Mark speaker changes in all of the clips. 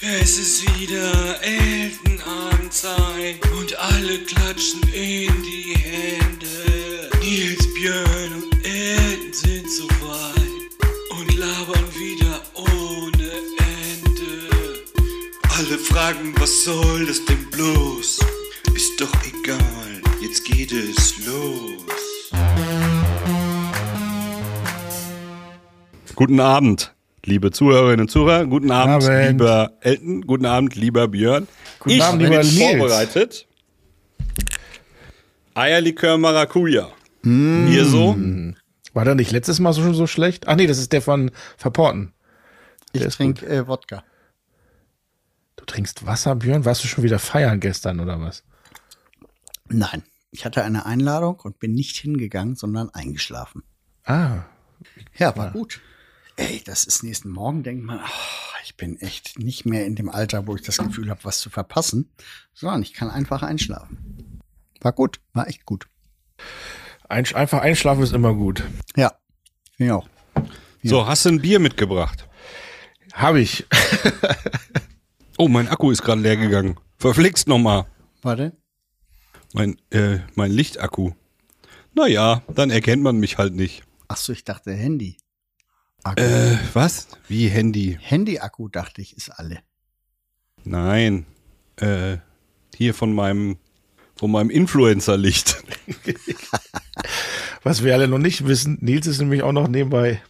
Speaker 1: Es ist wieder Eltenabend-Zeit und alle klatschen in die Hände. Nils, Björn und Elton sind so weit und labern wieder ohne Ende. Alle fragen, was soll das denn bloß? Ist doch egal, jetzt geht es los.
Speaker 2: Guten Abend, liebe Zuhörerinnen und Zuhörer. Guten Abend,
Speaker 3: Abend.
Speaker 2: lieber Elton. Guten Abend, lieber Björn.
Speaker 3: Guten
Speaker 2: ich
Speaker 3: Abend,
Speaker 2: bin
Speaker 3: lieber Nils.
Speaker 2: vorbereitet. Eierlikör Maracuja.
Speaker 3: Mm.
Speaker 2: Hier so.
Speaker 3: War der nicht letztes Mal so- schon so schlecht? Ach nee, das ist der von Verporten.
Speaker 4: Ich
Speaker 3: ist
Speaker 4: trinke äh, Wodka.
Speaker 3: Du trinkst Wasser, Björn? Warst du schon wieder feiern gestern oder was?
Speaker 4: Nein, ich hatte eine Einladung und bin nicht hingegangen, sondern eingeschlafen.
Speaker 3: Ah,
Speaker 4: Ja, war gut. Ey, das ist nächsten Morgen, denkt man, ah, ich bin echt nicht mehr in dem Alter, wo ich das Gefühl habe, was zu verpassen, sondern ich kann einfach einschlafen. War gut, war echt gut.
Speaker 3: ein, einfach einschlafen ist immer gut.
Speaker 4: Ja, finde ich auch.
Speaker 2: So, hast du ein Bier mitgebracht?
Speaker 3: Habe ich.
Speaker 2: Oh, mein Akku ist gerade leer gegangen. Verflixt nochmal.
Speaker 4: Warte.
Speaker 2: Mein, äh, mein Lichtakku. Naja, dann erkennt man mich halt nicht.
Speaker 4: Achso, ich dachte Handy. Akku.
Speaker 2: Äh, was? Wie Handy?
Speaker 4: Handy-Akku, dachte ich, ist alle.
Speaker 2: Nein. Äh, hier von meinem, von meinem Influencer-Licht.
Speaker 3: Was wir alle noch nicht wissen, Nils ist nämlich auch noch nebenbei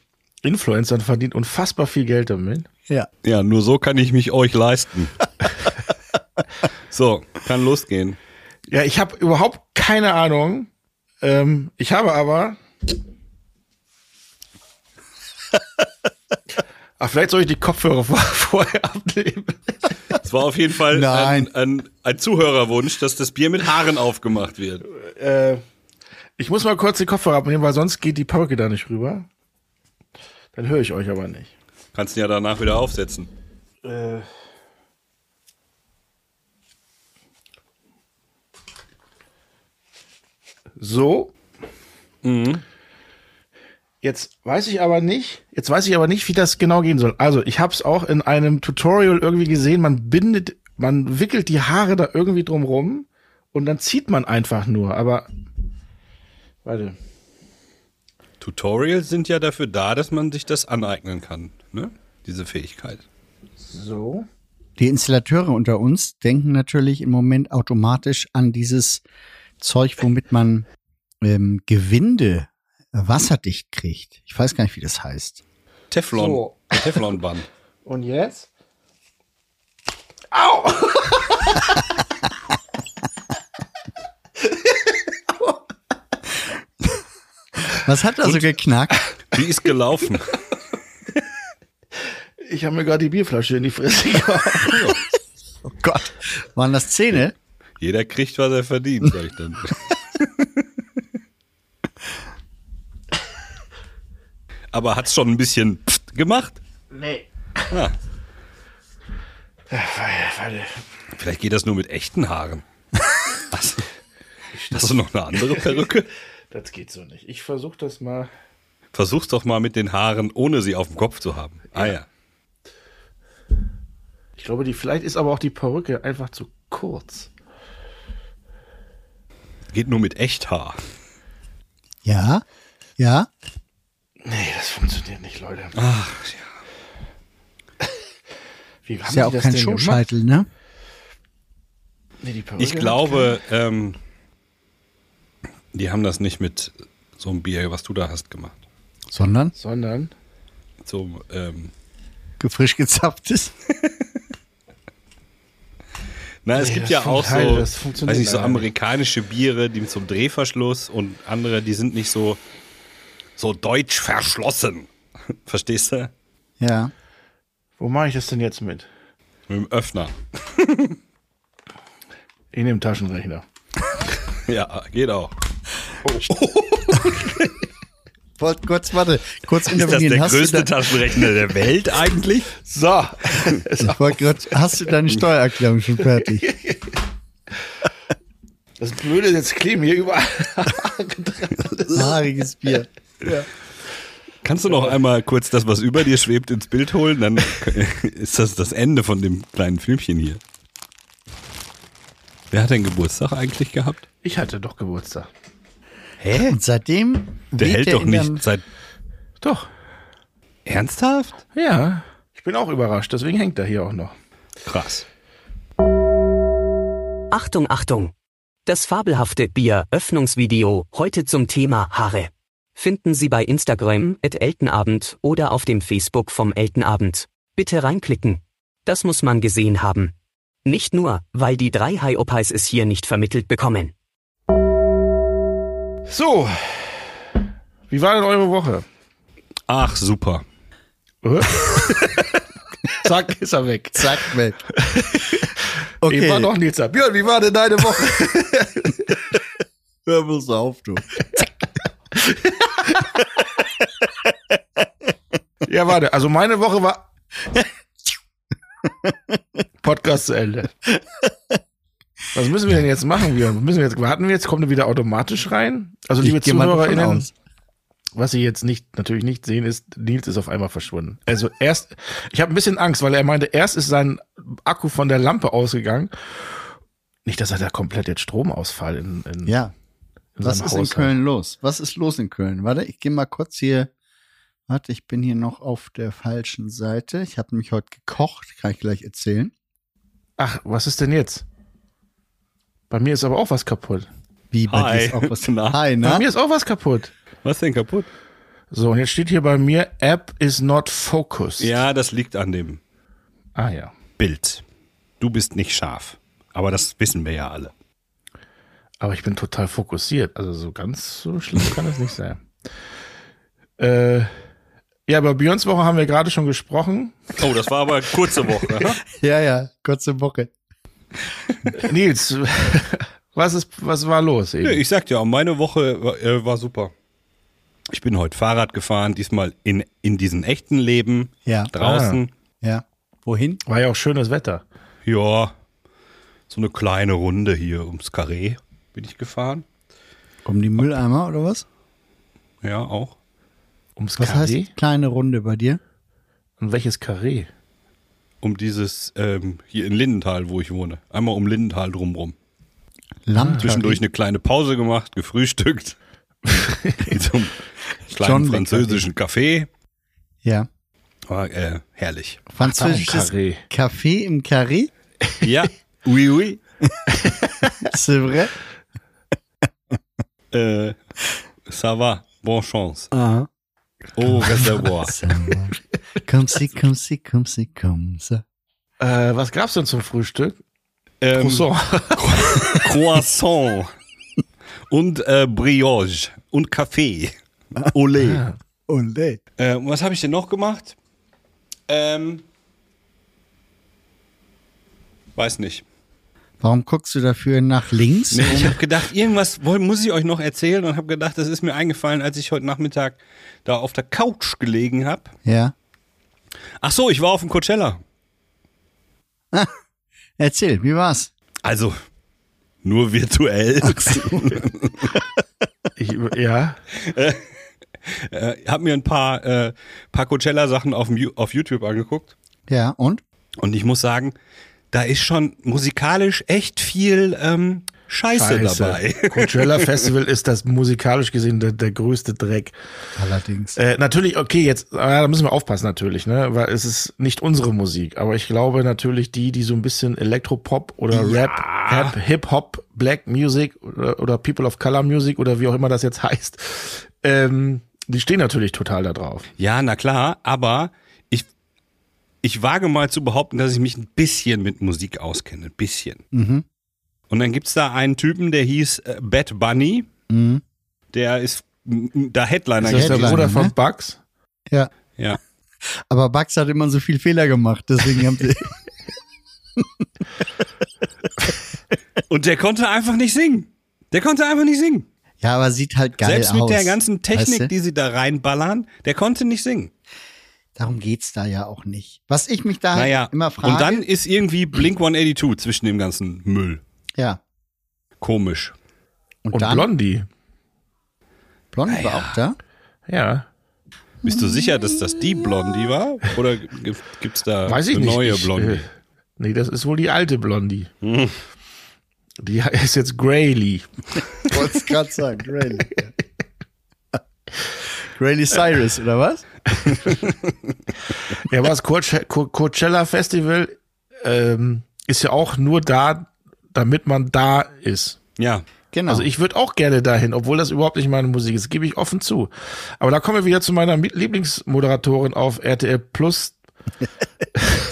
Speaker 3: Influencer und verdient unfassbar viel Geld damit.
Speaker 4: Ja.
Speaker 2: Ja, nur so kann ich mich euch leisten. so, kann losgehen.
Speaker 3: Ja, ich habe überhaupt keine Ahnung. Ähm, ich habe aber. Ach, Ah, vielleicht soll ich die Kopfhörer vor- vorher abnehmen.
Speaker 2: Es war auf jeden Fall ein,
Speaker 4: Nein.
Speaker 2: ein, ein Zuhörerwunsch, dass das Bier mit Haaren aufgemacht wird.
Speaker 3: Äh, ich muss mal kurz die Kopfhörer abnehmen, weil sonst geht die Perücke da nicht rüber. Dann höre ich euch aber nicht.
Speaker 2: Kannst ihn ja danach wieder aufsetzen.
Speaker 3: So. Mhm. Jetzt weiß ich aber nicht, jetzt weiß ich aber nicht, wie das genau gehen soll. Also, ich habe es auch in einem Tutorial irgendwie gesehen, man bindet, man wickelt die Haare da irgendwie drum rum und dann zieht man einfach nur, aber warte.
Speaker 2: Tutorials sind ja dafür da, dass man sich das aneignen kann, ne? Diese Fähigkeit.
Speaker 3: So.
Speaker 4: Die Installateure unter uns denken natürlich im Moment automatisch an dieses Zeug, womit man ähm, Gewinde äh, wasserdicht kriegt. Ich weiß gar nicht, wie das heißt.
Speaker 2: Teflon.
Speaker 3: So.
Speaker 2: Teflonband.
Speaker 3: Und jetzt?
Speaker 4: Was hat da so geknackt?
Speaker 2: Die ist gelaufen.
Speaker 3: Ich habe mir gerade die Bierflasche in die Fresse gehauen.
Speaker 4: Oh Gott, waren das Zähne?
Speaker 2: Jeder kriegt, was er verdient, sag ich dann. Aber hat's schon ein bisschen pft gemacht? Nee. Ah,
Speaker 3: Äh, Warte.
Speaker 2: vielleicht geht das nur mit echten Haaren. Hast, hast du noch eine andere Perücke?
Speaker 3: Das geht so nicht. Ich versuche das mal.
Speaker 2: Versuch's doch mal mit den Haaren, ohne sie auf dem Kopf zu haben. Ah ja.
Speaker 3: Ich glaube, die vielleicht ist aber auch die Perücke einfach zu kurz.
Speaker 2: Geht nur mit Echthaar.
Speaker 4: Ja, ja.
Speaker 3: Nee, das funktioniert nicht, Leute.
Speaker 2: Ach,
Speaker 3: Wie haben
Speaker 4: Ist ja
Speaker 3: die
Speaker 4: auch
Speaker 3: das
Speaker 4: kein
Speaker 3: denn gemacht?
Speaker 4: Showscheitel, ne?
Speaker 3: Nee, die Perücke
Speaker 2: Ich
Speaker 3: hat
Speaker 2: glaube, ähm, die haben das nicht mit so einem Bier, was du da hast, gemacht.
Speaker 4: Sondern
Speaker 3: keine- Sondern.
Speaker 2: Mit so einem, ähm,
Speaker 4: frisch gezapftes.
Speaker 2: na, es
Speaker 3: Nee,
Speaker 2: gibt
Speaker 3: das
Speaker 2: ja auch so,
Speaker 3: funktioniert- das funktioniert
Speaker 2: weiß nicht, so
Speaker 3: leider nicht.
Speaker 2: amerikanische Biere, die mit so einem Drehverschluss und andere, die sind nicht so, so deutsch verschlossen. Verstehst du?
Speaker 4: Ja.
Speaker 3: Wo mache ich das denn jetzt mit?
Speaker 2: Mit dem Öffner.
Speaker 3: In dem Taschenrechner.
Speaker 2: Ja, geht auch.
Speaker 4: Wollt kurz, warte, kurz
Speaker 2: Ist das
Speaker 4: intervenieren.
Speaker 2: der
Speaker 4: Hast du
Speaker 2: größte
Speaker 4: da-
Speaker 2: Taschenrechner der Welt eigentlich?
Speaker 3: So.
Speaker 4: ich wollte grad, hast du deine Steuererklärung schon fertig?
Speaker 3: Das Blöde ist, jetzt kleben hier überall.
Speaker 4: Haariges Bier.
Speaker 2: Kannst du noch einmal kurz das, was über dir schwebt, ins Bild holen? Dann ist das das Ende von dem kleinen Filmchen hier. Wer hat denn Geburtstag eigentlich gehabt?
Speaker 3: Ich hatte doch Geburtstag.
Speaker 4: Hä? Und seitdem.
Speaker 2: Der
Speaker 4: weht
Speaker 2: hält
Speaker 4: er
Speaker 2: doch
Speaker 4: in
Speaker 2: nicht
Speaker 4: einem-
Speaker 2: seit.
Speaker 3: Doch.
Speaker 2: Ernsthaft?
Speaker 3: Ja. Ich bin auch überrascht, deswegen hängt er hier auch noch.
Speaker 2: Krass.
Speaker 5: Achtung, Achtung! Das fabelhafte Bier-Öffnungsvideo heute zum Thema Haare. Finden Sie bei Instagram at Eltenabend oder auf dem Facebook vom Eltenabend. Bitte reinklicken. Das muss man gesehen haben. Nicht nur, weil die drei High-Opais es hier nicht vermittelt bekommen.
Speaker 3: So. Wie war denn eure Woche? Äh?
Speaker 2: Ach, super.
Speaker 3: Zack, ist er weg.
Speaker 4: Zack, weg.
Speaker 3: Eben war
Speaker 4: Okay.
Speaker 3: noch Nils da. Björn, wie war denn deine Woche?
Speaker 4: Hör bloß auf, du.
Speaker 3: ja, warte. Also meine Woche war. Podcast zu Ende. Was müssen wir denn jetzt machen, Björn? Müssen wir jetzt warten wir jetzt? Kommt er wieder automatisch rein? Also, liebe
Speaker 4: Ich geh mal davon
Speaker 3: ZuhörerInnen,
Speaker 4: aus.
Speaker 3: was Sie jetzt nicht, natürlich nicht sehen, ist, Nils ist auf einmal verschwunden. Also erst, ich habe ein bisschen Angst, weil er meinte, erst ist sein Akku von der Lampe ausgegangen. Nicht, dass er da komplett jetzt Stromausfall in, in,
Speaker 4: Ja.
Speaker 3: in
Speaker 4: Was
Speaker 3: seinem
Speaker 4: ist in
Speaker 3: Haus hat.
Speaker 4: Köln los? Was ist los in Köln? Warte, ich gehe mal kurz hier. Warte, ich bin hier noch auf der falschen Seite. Ich habe nämlich heute gekocht, kann ich gleich erzählen.
Speaker 3: Ach, was ist denn jetzt? Bei mir ist aber auch was kaputt.
Speaker 4: Wie bei
Speaker 2: Hi.
Speaker 4: dir ist auch was.
Speaker 2: Na?
Speaker 4: Hi, ne?
Speaker 3: Bei
Speaker 4: na?
Speaker 3: mir ist auch was kaputt.
Speaker 2: Was denn kaputt?
Speaker 3: So, und jetzt steht hier bei mir, App is not focused.
Speaker 2: Ja, das liegt an dem
Speaker 3: Ah ja.
Speaker 2: Bild. Du bist nicht scharf. Aber das wissen wir ja alle.
Speaker 3: Aber ich bin total fokussiert. Also so ganz so schlimm kann es nicht sein. Äh, ja, über Björns Woche haben wir gerade schon gesprochen.
Speaker 2: Oh, das war aber kurze Woche. ne?
Speaker 4: Ja, ja, kurze Woche.
Speaker 3: Nils, was ist, was war los
Speaker 2: Ja,
Speaker 3: eben?
Speaker 2: ich sag dir, auch, meine Woche war, äh, war super. Ich bin heute Fahrrad gefahren, diesmal in, in diesem echten Leben,
Speaker 4: Ja.
Speaker 2: draußen.
Speaker 4: Ja. Wohin?
Speaker 3: War ja auch schönes Wetter.
Speaker 2: Ja, so eine kleine Runde hier ums Karree bin ich gefahren.
Speaker 4: Um die Mülleimer oder was?
Speaker 2: Ja, auch.
Speaker 3: Ums
Speaker 4: Was
Speaker 3: Karree?
Speaker 4: heißt kleine Runde bei dir?
Speaker 3: Und welches Karree?
Speaker 2: Um dieses, ähm, hier in Lindenthal, wo ich wohne. Einmal um Lindenthal drumrum.
Speaker 3: Ah.
Speaker 4: Land.
Speaker 2: Zwischendurch eine kleine Pause gemacht, gefrühstückt. in so einem kleinen
Speaker 4: John Le
Speaker 2: französischen Café.
Speaker 4: Ja.
Speaker 2: War äh, herrlich.
Speaker 4: Französisches
Speaker 3: Ah, um Carré.
Speaker 4: Café im Carré.
Speaker 2: Ja, oui, oui.
Speaker 4: C'est vrai?
Speaker 2: Äh, ça va, bonne chance.
Speaker 4: Aha.
Speaker 2: Au Reservoir.
Speaker 4: Komm sie, komm sie, komm sie, komm sie.
Speaker 3: Äh, was gab's denn zum Frühstück?
Speaker 2: Ähm,
Speaker 3: Croissant.
Speaker 2: Croissant. Und äh, Brioche. Und Kaffee.
Speaker 4: Ole. Ole.
Speaker 2: Äh, und was habe ich denn noch gemacht? Ähm, weiß nicht.
Speaker 4: Warum guckst du dafür nach links?
Speaker 2: Nee, ich habe gedacht, irgendwas woll- muss ich euch noch erzählen und habe gedacht, das ist mir eingefallen, als ich heute Nachmittag da auf der Couch gelegen habe.
Speaker 4: Ja.
Speaker 2: Ach so, ich war auf dem Coachella.
Speaker 4: Erzähl, wie war's?
Speaker 2: Also nur virtuell.
Speaker 3: Ich, ja.
Speaker 2: äh, habe mir ein paar, äh, paar Coachella-Sachen auf, auf YouTube angeguckt.
Speaker 4: Ja, und?
Speaker 2: Und ich muss sagen, da ist schon musikalisch echt viel ähm, Scheiße, dabei.
Speaker 3: Coachella Festival ist das musikalisch gesehen der, der größte Dreck.
Speaker 4: Allerdings.
Speaker 3: Äh, natürlich, okay, jetzt, ah, da müssen wir aufpassen natürlich, ne? Weil es ist nicht unsere Musik, aber ich glaube natürlich die, die so ein bisschen Elektropop oder Rap, Rap, Hip-Hop, Black Music oder, oder People of Color Music oder wie auch immer das jetzt heißt, ähm, die stehen natürlich total da drauf.
Speaker 2: Ja, na klar, aber ich, ich wage mal zu behaupten, dass ich mich ein bisschen mit Musik auskenne. Ein bisschen.
Speaker 4: Mhm.
Speaker 2: Und dann gibt's da einen Typen, der hieß äh, Bad Bunny. Der ist m, m, da Headliner
Speaker 3: Ist Mhm. das der
Speaker 2: gewesen.
Speaker 4: Headliner,
Speaker 3: Bruder von
Speaker 4: ne?
Speaker 3: Bugs?
Speaker 4: Ja.
Speaker 2: Ja.
Speaker 4: Aber Bugs hat immer so viel Fehler gemacht, deswegen haben sie.
Speaker 2: Und der konnte einfach nicht singen. Der konnte einfach nicht singen.
Speaker 4: Ja, aber sieht halt geil
Speaker 2: Selbst
Speaker 4: aus.
Speaker 2: mit der ganzen Technik,
Speaker 4: weißt du?
Speaker 2: die sie da reinballern, der konnte nicht singen.
Speaker 4: Darum geht's da ja auch nicht. Was ich mich da halt
Speaker 2: Naja,
Speaker 4: immer frage.
Speaker 2: und dann ist irgendwie Blink 182 zwischen dem ganzen Müll.
Speaker 4: Ja.
Speaker 2: Komisch.
Speaker 4: Und,
Speaker 3: Und
Speaker 4: dann.
Speaker 3: Blondie.
Speaker 4: Blond war auch da.
Speaker 3: Ja.
Speaker 2: Bist du sicher, dass das die Blondie war? Oder gibt- gibt's da
Speaker 3: Weiß ich
Speaker 2: eine
Speaker 3: nicht.
Speaker 2: neue
Speaker 3: ich,
Speaker 2: Blondie?
Speaker 3: Äh, nee, das ist wohl die alte Blondie.
Speaker 4: Hm.
Speaker 3: Die ist jetzt Grayley.
Speaker 4: Wollt's gerade sagen, Grayley. Grayley Cyrus, oder was?
Speaker 3: Ja, aber das Coache- Co- Coachella Festival ähm, ist ja auch nur da, damit man da ist.
Speaker 2: Ja.
Speaker 4: Genau.
Speaker 3: Also ich würde auch gerne dahin, obwohl das überhaupt nicht meine Musik ist, gebe ich offen zu. Aber da kommen wir wieder zu meiner Mi- Lieblingsmoderatorin auf RTL Plus.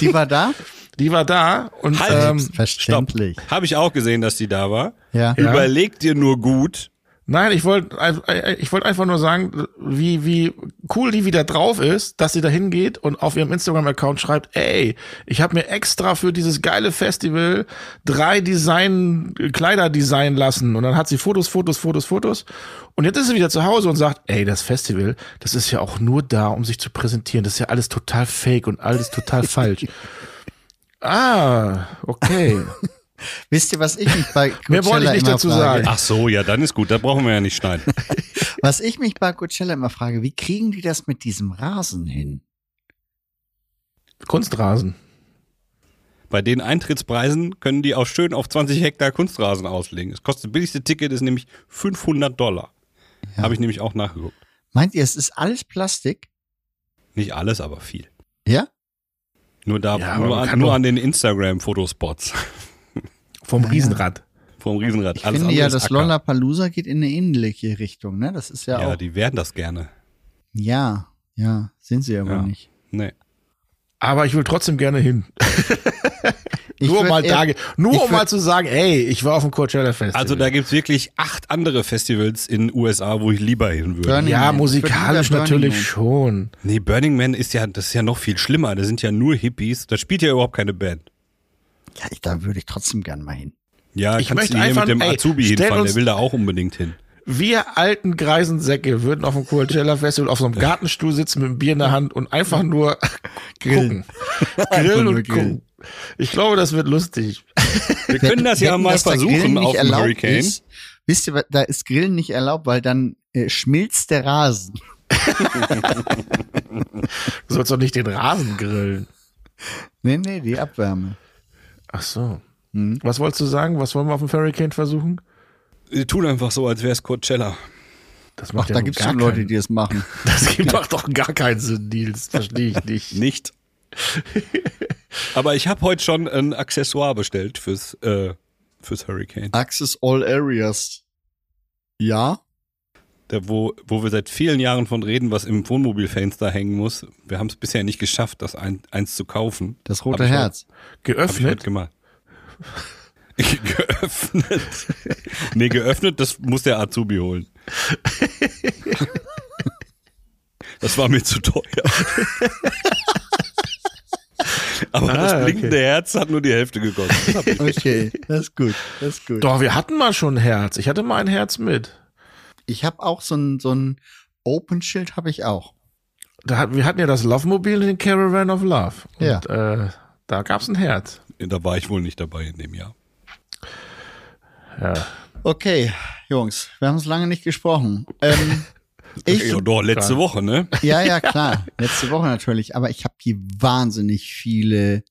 Speaker 4: die war da?
Speaker 3: Die war da und
Speaker 2: Halt!
Speaker 3: ähm,
Speaker 4: Verständlich.
Speaker 2: Habe ich auch gesehen, dass die da war.
Speaker 4: Ja.
Speaker 3: Ja.
Speaker 2: Überleg dir nur gut.
Speaker 3: nein, ich wollte ein- ein- ich wollte einfach nur sagen, wie wie cool die wieder drauf ist, dass sie dahin geht und auf ihrem Instagram Account schreibt, ey, ich habe mir extra für dieses geile Festival drei Design Kleider designen lassen und dann hat sie Fotos, Fotos, Fotos, Fotos und jetzt ist sie wieder zu Hause und sagt, ey, das Festival, das ist ja auch nur da, um sich zu präsentieren, das ist ja alles total fake und alles total falsch. Ah, okay.
Speaker 4: Wisst ihr, was ich mich bei Coachella
Speaker 3: Mehr wollte ich nicht
Speaker 4: immer
Speaker 3: dazu
Speaker 4: frage?
Speaker 3: sagen.
Speaker 2: Ach so, ja, dann ist gut. Da brauchen wir ja nicht schneiden.
Speaker 4: Was ich mich bei Coachella immer frage, wie kriegen die das mit diesem Rasen hin?
Speaker 3: Kunstrasen.
Speaker 2: Bei den Eintrittspreisen können die auch schön auf 20 Hektar Kunstrasen auslegen. Das kostet das billigste Ticket ist nämlich 500 Dollar. Habe ich nämlich auch nachgeguckt.
Speaker 4: Meint ihr, es ist alles Plastik?
Speaker 2: Nicht alles, aber viel.
Speaker 4: Ja?
Speaker 2: Nur da,
Speaker 3: Ja, aber
Speaker 2: nur,
Speaker 3: man
Speaker 2: an,
Speaker 3: kann
Speaker 2: nur
Speaker 3: doch-
Speaker 2: an den Instagram-Fotospots
Speaker 3: Vom Riesenrad.
Speaker 2: vom Riesenrad.
Speaker 4: Ich finde ja, das
Speaker 2: Acker.
Speaker 4: Lollapalooza geht in eine ähnliche Richtung, ne? Das ist ja,
Speaker 2: Ja,
Speaker 4: auch.
Speaker 2: die werden das gerne.
Speaker 4: Ja, ja, sind sie aber
Speaker 2: Ja.
Speaker 4: nicht.
Speaker 2: Nee.
Speaker 3: Aber ich will trotzdem gerne hin.
Speaker 4: Ich
Speaker 3: nur um
Speaker 4: würd
Speaker 3: mal,
Speaker 4: eher-
Speaker 3: da, nur
Speaker 4: ich
Speaker 3: um mal
Speaker 4: würd-
Speaker 3: zu sagen, ey, ich war auf dem Coachella Festival.
Speaker 2: Also da gibt's wirklich acht andere Festivals in USA, wo ich lieber hin würde.
Speaker 4: Burning
Speaker 3: ja,
Speaker 4: Man.
Speaker 3: musikalisch
Speaker 4: Ich würd lieber Burning
Speaker 3: natürlich
Speaker 4: Man.
Speaker 3: schon.
Speaker 2: Nee, Burning Man ist ja, das ist ja noch viel schlimmer. Da sind ja nur Hippies. Da spielt ja überhaupt keine Band.
Speaker 4: Ja, ich, da würde ich trotzdem gern mal hin.
Speaker 2: Ja,
Speaker 3: Ich
Speaker 2: kannst
Speaker 3: möchte
Speaker 2: du hier
Speaker 3: einfach-
Speaker 2: mit dem
Speaker 3: ey,
Speaker 2: Azubi
Speaker 3: stell
Speaker 2: hinfahren, der
Speaker 3: uns-
Speaker 2: will da auch unbedingt hin.
Speaker 3: Wir alten greisen Säcke würden auf dem Coachella Festival auf so einem Gartenstuhl sitzen mit einem Bier in der Hand und einfach nur grillen. grillen
Speaker 4: nur
Speaker 3: und
Speaker 4: grillen.
Speaker 3: gucken. Ich glaube, das wird lustig.
Speaker 2: Wir können das ja
Speaker 4: Wetten,
Speaker 2: mal
Speaker 4: dass da Grillen
Speaker 2: versuchen
Speaker 4: nicht
Speaker 2: auf dem
Speaker 4: erlaubt
Speaker 2: Hurricane.
Speaker 4: Ist. Wisst ihr, wa- da ist Grillen nicht erlaubt, weil dann äh, schmilzt der Rasen.
Speaker 3: Du sollst doch nicht den Rasen grillen.
Speaker 4: Nee, nee, die Abwärme. Mhm.
Speaker 3: Ach so. Was wolltest du sagen? Was wollen wir auf dem Hurricane versuchen?
Speaker 2: Wir tun einfach so, als wär's Coachella.
Speaker 3: Das
Speaker 4: Ach, da
Speaker 3: nun
Speaker 4: gibt es
Speaker 3: gar
Speaker 4: schon Leute,
Speaker 3: keinen-
Speaker 4: die das machen.
Speaker 3: Das gibt doch doch gar keinen Sinn, Nils. Verstehe ich nicht.
Speaker 2: Nicht. Aber ich habe heute schon ein Accessoire bestellt fürs, äh, fürs Hurricane.
Speaker 4: Access All Areas. Ja?
Speaker 2: Da, wo, wo wir seit vielen Jahren von reden, was im Wohnmobilfenster hängen muss. Wir haben es bisher nicht geschafft, das ein, eins zu kaufen.
Speaker 4: Das
Speaker 2: Hab
Speaker 4: rote
Speaker 2: ich heute-
Speaker 4: Herz.
Speaker 2: Hab ich heute
Speaker 3: Geöffnet?
Speaker 2: gemacht. geöffnet. Nee, geöffnet, das muss der Azubi holen. Das war mir zu teuer. Aber
Speaker 3: Ah,
Speaker 2: das blinkende
Speaker 3: okay.
Speaker 2: Herz hat nur die Hälfte gekostet. Das hab ich.
Speaker 4: Okay, das ist gut, das ist gut.
Speaker 3: Doch, wir hatten mal schon ein Herz. Ich hatte mal ein Herz mit.
Speaker 4: Ich habe auch so ein, so ein Open-Schild habe ich auch.
Speaker 3: Da hat, wir hatten ja das Love-Mobil und den Caravan of Love. Und,
Speaker 4: Ja.
Speaker 3: äh, da gab's ein Herz.
Speaker 2: Da war ich wohl nicht dabei in dem Jahr.
Speaker 3: Ja.
Speaker 4: Okay, Jungs, wir haben es lange nicht gesprochen. Ähm, ich,
Speaker 2: ja, doch, letzte
Speaker 3: klar.
Speaker 2: Woche, ne?
Speaker 4: ja, ja, klar, letzte Woche natürlich, aber ich habe hier wahnsinnig viele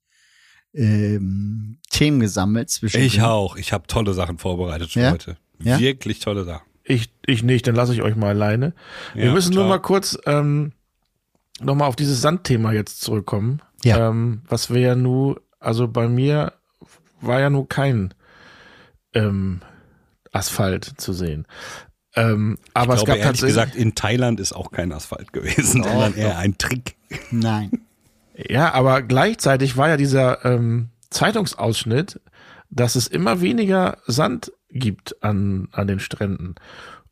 Speaker 4: ähm, Themen gesammelt zwischen.
Speaker 2: Ich auch. Ich habe tolle Sachen vorbereitet für
Speaker 4: Ja?
Speaker 2: heute.
Speaker 4: Ja?
Speaker 2: Wirklich tolle Sachen.
Speaker 3: Ich, ich nicht, dann lasse ich euch mal alleine. wir
Speaker 2: Ja,
Speaker 3: müssen nur
Speaker 2: ciao.
Speaker 3: mal kurz ähm, nochmal auf dieses Sandthema jetzt zurückkommen.
Speaker 4: Ja.
Speaker 3: Ähm, was wir ja nur, also bei mir war ja nur kein ähm, Asphalt zu sehen. Ähm, aber
Speaker 2: ich
Speaker 3: es
Speaker 2: glaube,
Speaker 3: gab
Speaker 2: ehrlich
Speaker 3: tatsächlich.
Speaker 2: gesagt, in Thailand ist auch kein Asphalt gewesen, sondern eher ein Trick.
Speaker 4: Nein.
Speaker 3: Ja, aber gleichzeitig war ja dieser ähm, Zeitungsausschnitt, dass es immer weniger Sand gibt an, an den Stränden.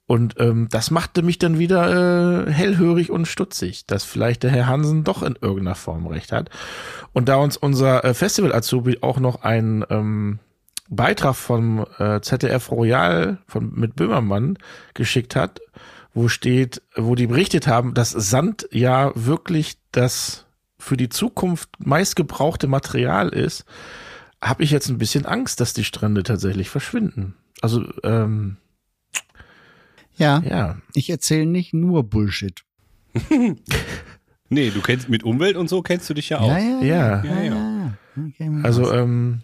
Speaker 3: Und ähm, das machte mich dann wieder äh, hellhörig und stutzig, dass vielleicht der Herr Hansen doch in irgendeiner Form recht hat. Und da uns unser äh, Festival-Azubi auch noch einen ähm, Beitrag vom äh, ZDF Royal von, mit Böhmermann geschickt hat, wo steht, wo die berichtet haben, dass Sand ja wirklich das für die Zukunft meistgebrauchte Material ist, habe ich jetzt ein bisschen Angst, dass die Strände tatsächlich verschwinden. Also, ähm,
Speaker 4: Ja,
Speaker 3: ja.
Speaker 4: ich erzähle nicht nur Bullshit.
Speaker 2: Nee, du kennst mit Umwelt und so kennst du dich ja auch.
Speaker 3: Ja.
Speaker 2: Ja, ja.
Speaker 4: Okay, mir
Speaker 3: Also,
Speaker 4: war's.
Speaker 3: ähm,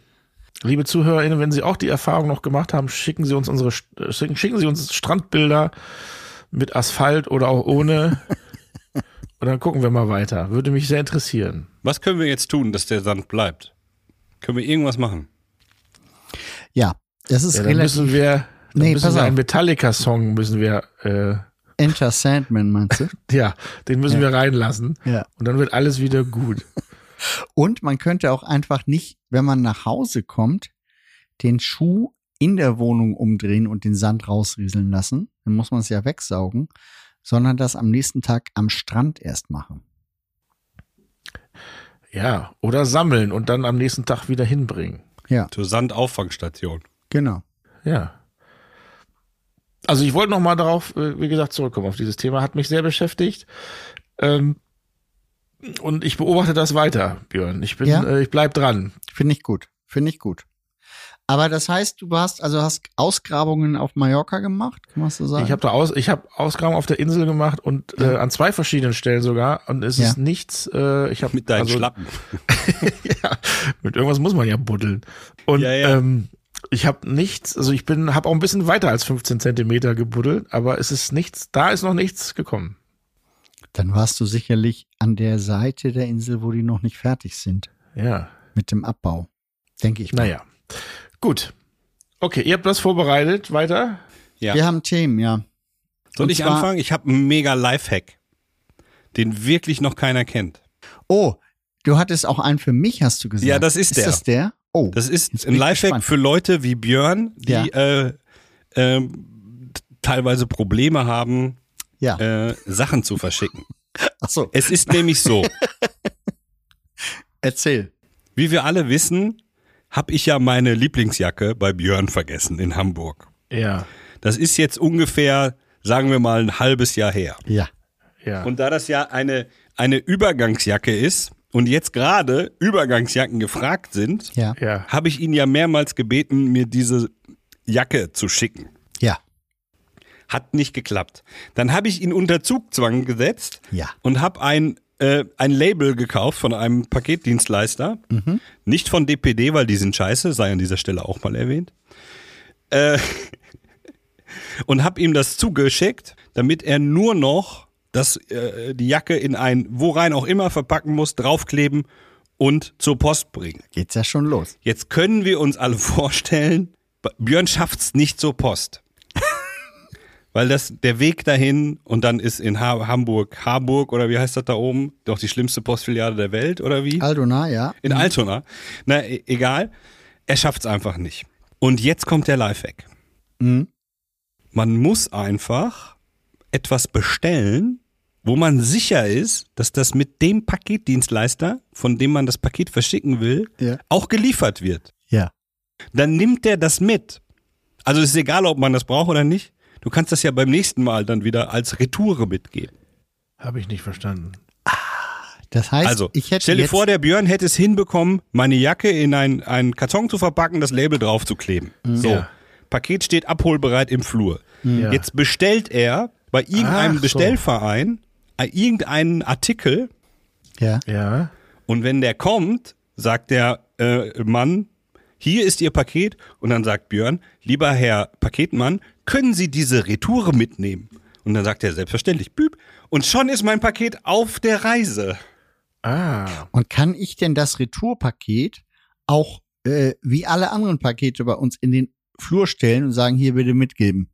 Speaker 3: liebe ZuhörerInnen, wenn Sie auch die Erfahrung noch gemacht haben, schicken Sie uns unsere St- äh, schicken, schicken Sie uns Strandbilder mit Asphalt oder auch ohne. und dann gucken wir mal weiter. Würde mich sehr interessieren.
Speaker 2: Was können wir jetzt tun, dass der Sand bleibt? Können wir irgendwas machen?
Speaker 4: ja, das ist
Speaker 3: Ja, dann
Speaker 4: relativ.
Speaker 3: müssen wir, dann
Speaker 4: Nee,
Speaker 3: müssen
Speaker 4: pass
Speaker 3: wir
Speaker 4: auf.
Speaker 3: einen Metallica-Song müssen wir, äh,
Speaker 4: Enter Sandman, meinst du?
Speaker 3: ja, den müssen wir reinlassen.
Speaker 4: ja.
Speaker 3: Und dann wird alles wieder gut.
Speaker 4: Und man könnte auch einfach nicht, wenn man nach Hause kommt, den Schuh in der Wohnung umdrehen und den Sand rausrieseln lassen. Dann muss man es ja wegsaugen, sondern das am nächsten Tag am Strand erst machen.
Speaker 3: Ja, oder sammeln und dann am nächsten Tag wieder hinbringen.
Speaker 2: Zur Sandauffangstation.
Speaker 4: Genau.
Speaker 3: Ja. Also ich wollte noch mal darauf, äh, wie gesagt, zurückkommen auf dieses Thema. Hat mich sehr beschäftigt. Ähm, und ich beobachte das weiter, Björn. Ich bin,
Speaker 4: Ja.
Speaker 3: äh, ich bleib dran.
Speaker 4: Finde ich gut. Finde ich gut. Aber das heißt, du hast, also hast Ausgrabungen auf Mallorca gemacht, kann man so sagen?
Speaker 3: Ich habe da aus, ich habe Ausgaben auf der Insel gemacht und äh, an zwei verschiedenen Stellen sogar. Und es
Speaker 4: Ja.
Speaker 3: ist nichts. Äh, ich habe
Speaker 2: Mit deinen
Speaker 3: also,
Speaker 2: Schlappen.
Speaker 3: ja, mit irgendwas muss man ja buddeln. Und
Speaker 2: Ja, ja.
Speaker 3: Ähm, ich habe nichts. Also ich bin, habe auch ein bisschen weiter als 15 Zentimeter gebuddelt, aber es ist nichts. Da ist noch nichts gekommen.
Speaker 4: Dann warst du sicherlich an der Seite der Insel, wo die noch nicht fertig sind
Speaker 3: Ja.
Speaker 4: mit dem Abbau. Denke ich mal.
Speaker 3: Naja, gut. Okay, ihr habt das vorbereitet. Weiter.
Speaker 2: Ja.
Speaker 4: Wir haben Themen, ja.
Speaker 2: Soll
Speaker 4: Und
Speaker 2: ich
Speaker 4: zwar-
Speaker 2: anfangen? Ich habe einen mega Lifehack, den wirklich noch keiner kennt.
Speaker 4: Oh, du hattest auch einen für mich, hast du gesagt.
Speaker 2: Ja, das ist der.
Speaker 4: Ist das der? Oh,
Speaker 2: Das
Speaker 4: Jetzt
Speaker 2: ist ein
Speaker 4: bin ich
Speaker 2: Lifehack
Speaker 4: gespannt.
Speaker 2: für Leute wie Björn, die
Speaker 4: Ja.
Speaker 2: äh, ähm, t- teilweise Probleme haben,
Speaker 4: ja.
Speaker 2: äh, Sachen zu verschicken.
Speaker 4: Achso,
Speaker 2: Es ist nämlich so,
Speaker 4: erzähl.
Speaker 2: wie wir alle wissen, habe ich ja meine Lieblingsjacke bei Björn vergessen in Hamburg.
Speaker 3: Ja,
Speaker 2: Das ist jetzt ungefähr, sagen wir mal, ein halbes Jahr her.
Speaker 4: Ja.
Speaker 3: ja.
Speaker 2: Und da das ja eine, eine Übergangsjacke ist und jetzt gerade Übergangsjacken gefragt sind,
Speaker 4: Ja.
Speaker 3: ja.
Speaker 2: habe ich ihn ja mehrmals gebeten, mir diese Jacke zu schicken.
Speaker 4: Ja.
Speaker 2: Hat nicht geklappt. Dann habe ich ihn unter Zugzwang gesetzt
Speaker 4: Ja.
Speaker 2: und habe ein, äh, ein Label gekauft von einem Paketdienstleister. Nicht von DPD, weil die sind scheiße, sei an dieser Stelle auch mal erwähnt. Äh, und habe ihm das zugeschickt, damit er nur noch das, äh, die Jacke in ein, wo rein auch immer, verpacken muss, draufkleben und zur Post bringen.
Speaker 4: Geht's ja schon los.
Speaker 2: Jetzt können wir uns alle vorstellen, B- Björn schafft's nicht zur Post. Weil das der Weg dahin und dann ist in ha Hamburg, Harburg oder wie heißt das da oben? Doch die schlimmste Postfiliale der Welt oder wie?
Speaker 4: Aldona, ja.
Speaker 2: In Altona. Na, e egal. Er schafft's einfach nicht. Und jetzt kommt der Lifehack.
Speaker 4: Mhm.
Speaker 2: Man muss einfach etwas bestellen, wo man sicher ist, dass das mit dem Paketdienstleister, von dem man das Paket verschicken will,
Speaker 4: Ja.
Speaker 2: auch geliefert wird
Speaker 4: Ja.
Speaker 2: dann nimmt der das mit. Also es ist egal, ob man das braucht oder nicht. Du kannst das ja beim nächsten Mal dann wieder als Retoure mitgeben.
Speaker 3: Habe ich nicht verstanden.
Speaker 4: Das heißt,
Speaker 2: Also,
Speaker 4: ich hätte
Speaker 2: stell dir
Speaker 4: jetzt,
Speaker 2: vor, der Björn hätte es hinbekommen, meine Jacke in ein, einen Karton zu verpacken, das Label drauf zu kleben. So.
Speaker 3: Mhm. Ja. Mhm.
Speaker 2: Paket steht abholbereit im Flur.
Speaker 3: Ja.
Speaker 2: Jetzt bestellt er bei irgendeinem
Speaker 3: Ach so.
Speaker 2: Bestellverein äh, irgendeinen Artikel
Speaker 4: ja.
Speaker 3: Ja.
Speaker 2: und wenn der kommt, sagt der äh, Mann, hier ist Ihr Paket. Und dann sagt Björn, lieber Herr Paketmann, können Sie diese Retoure mitnehmen? Und dann sagt er selbstverständlich, büb. Und schon ist mein Paket auf der Reise.
Speaker 3: Ah.
Speaker 4: Und kann ich denn das Retourpaket auch äh, wie alle anderen Pakete bei uns in den Flur stellen und sagen, hier bitte mitgeben?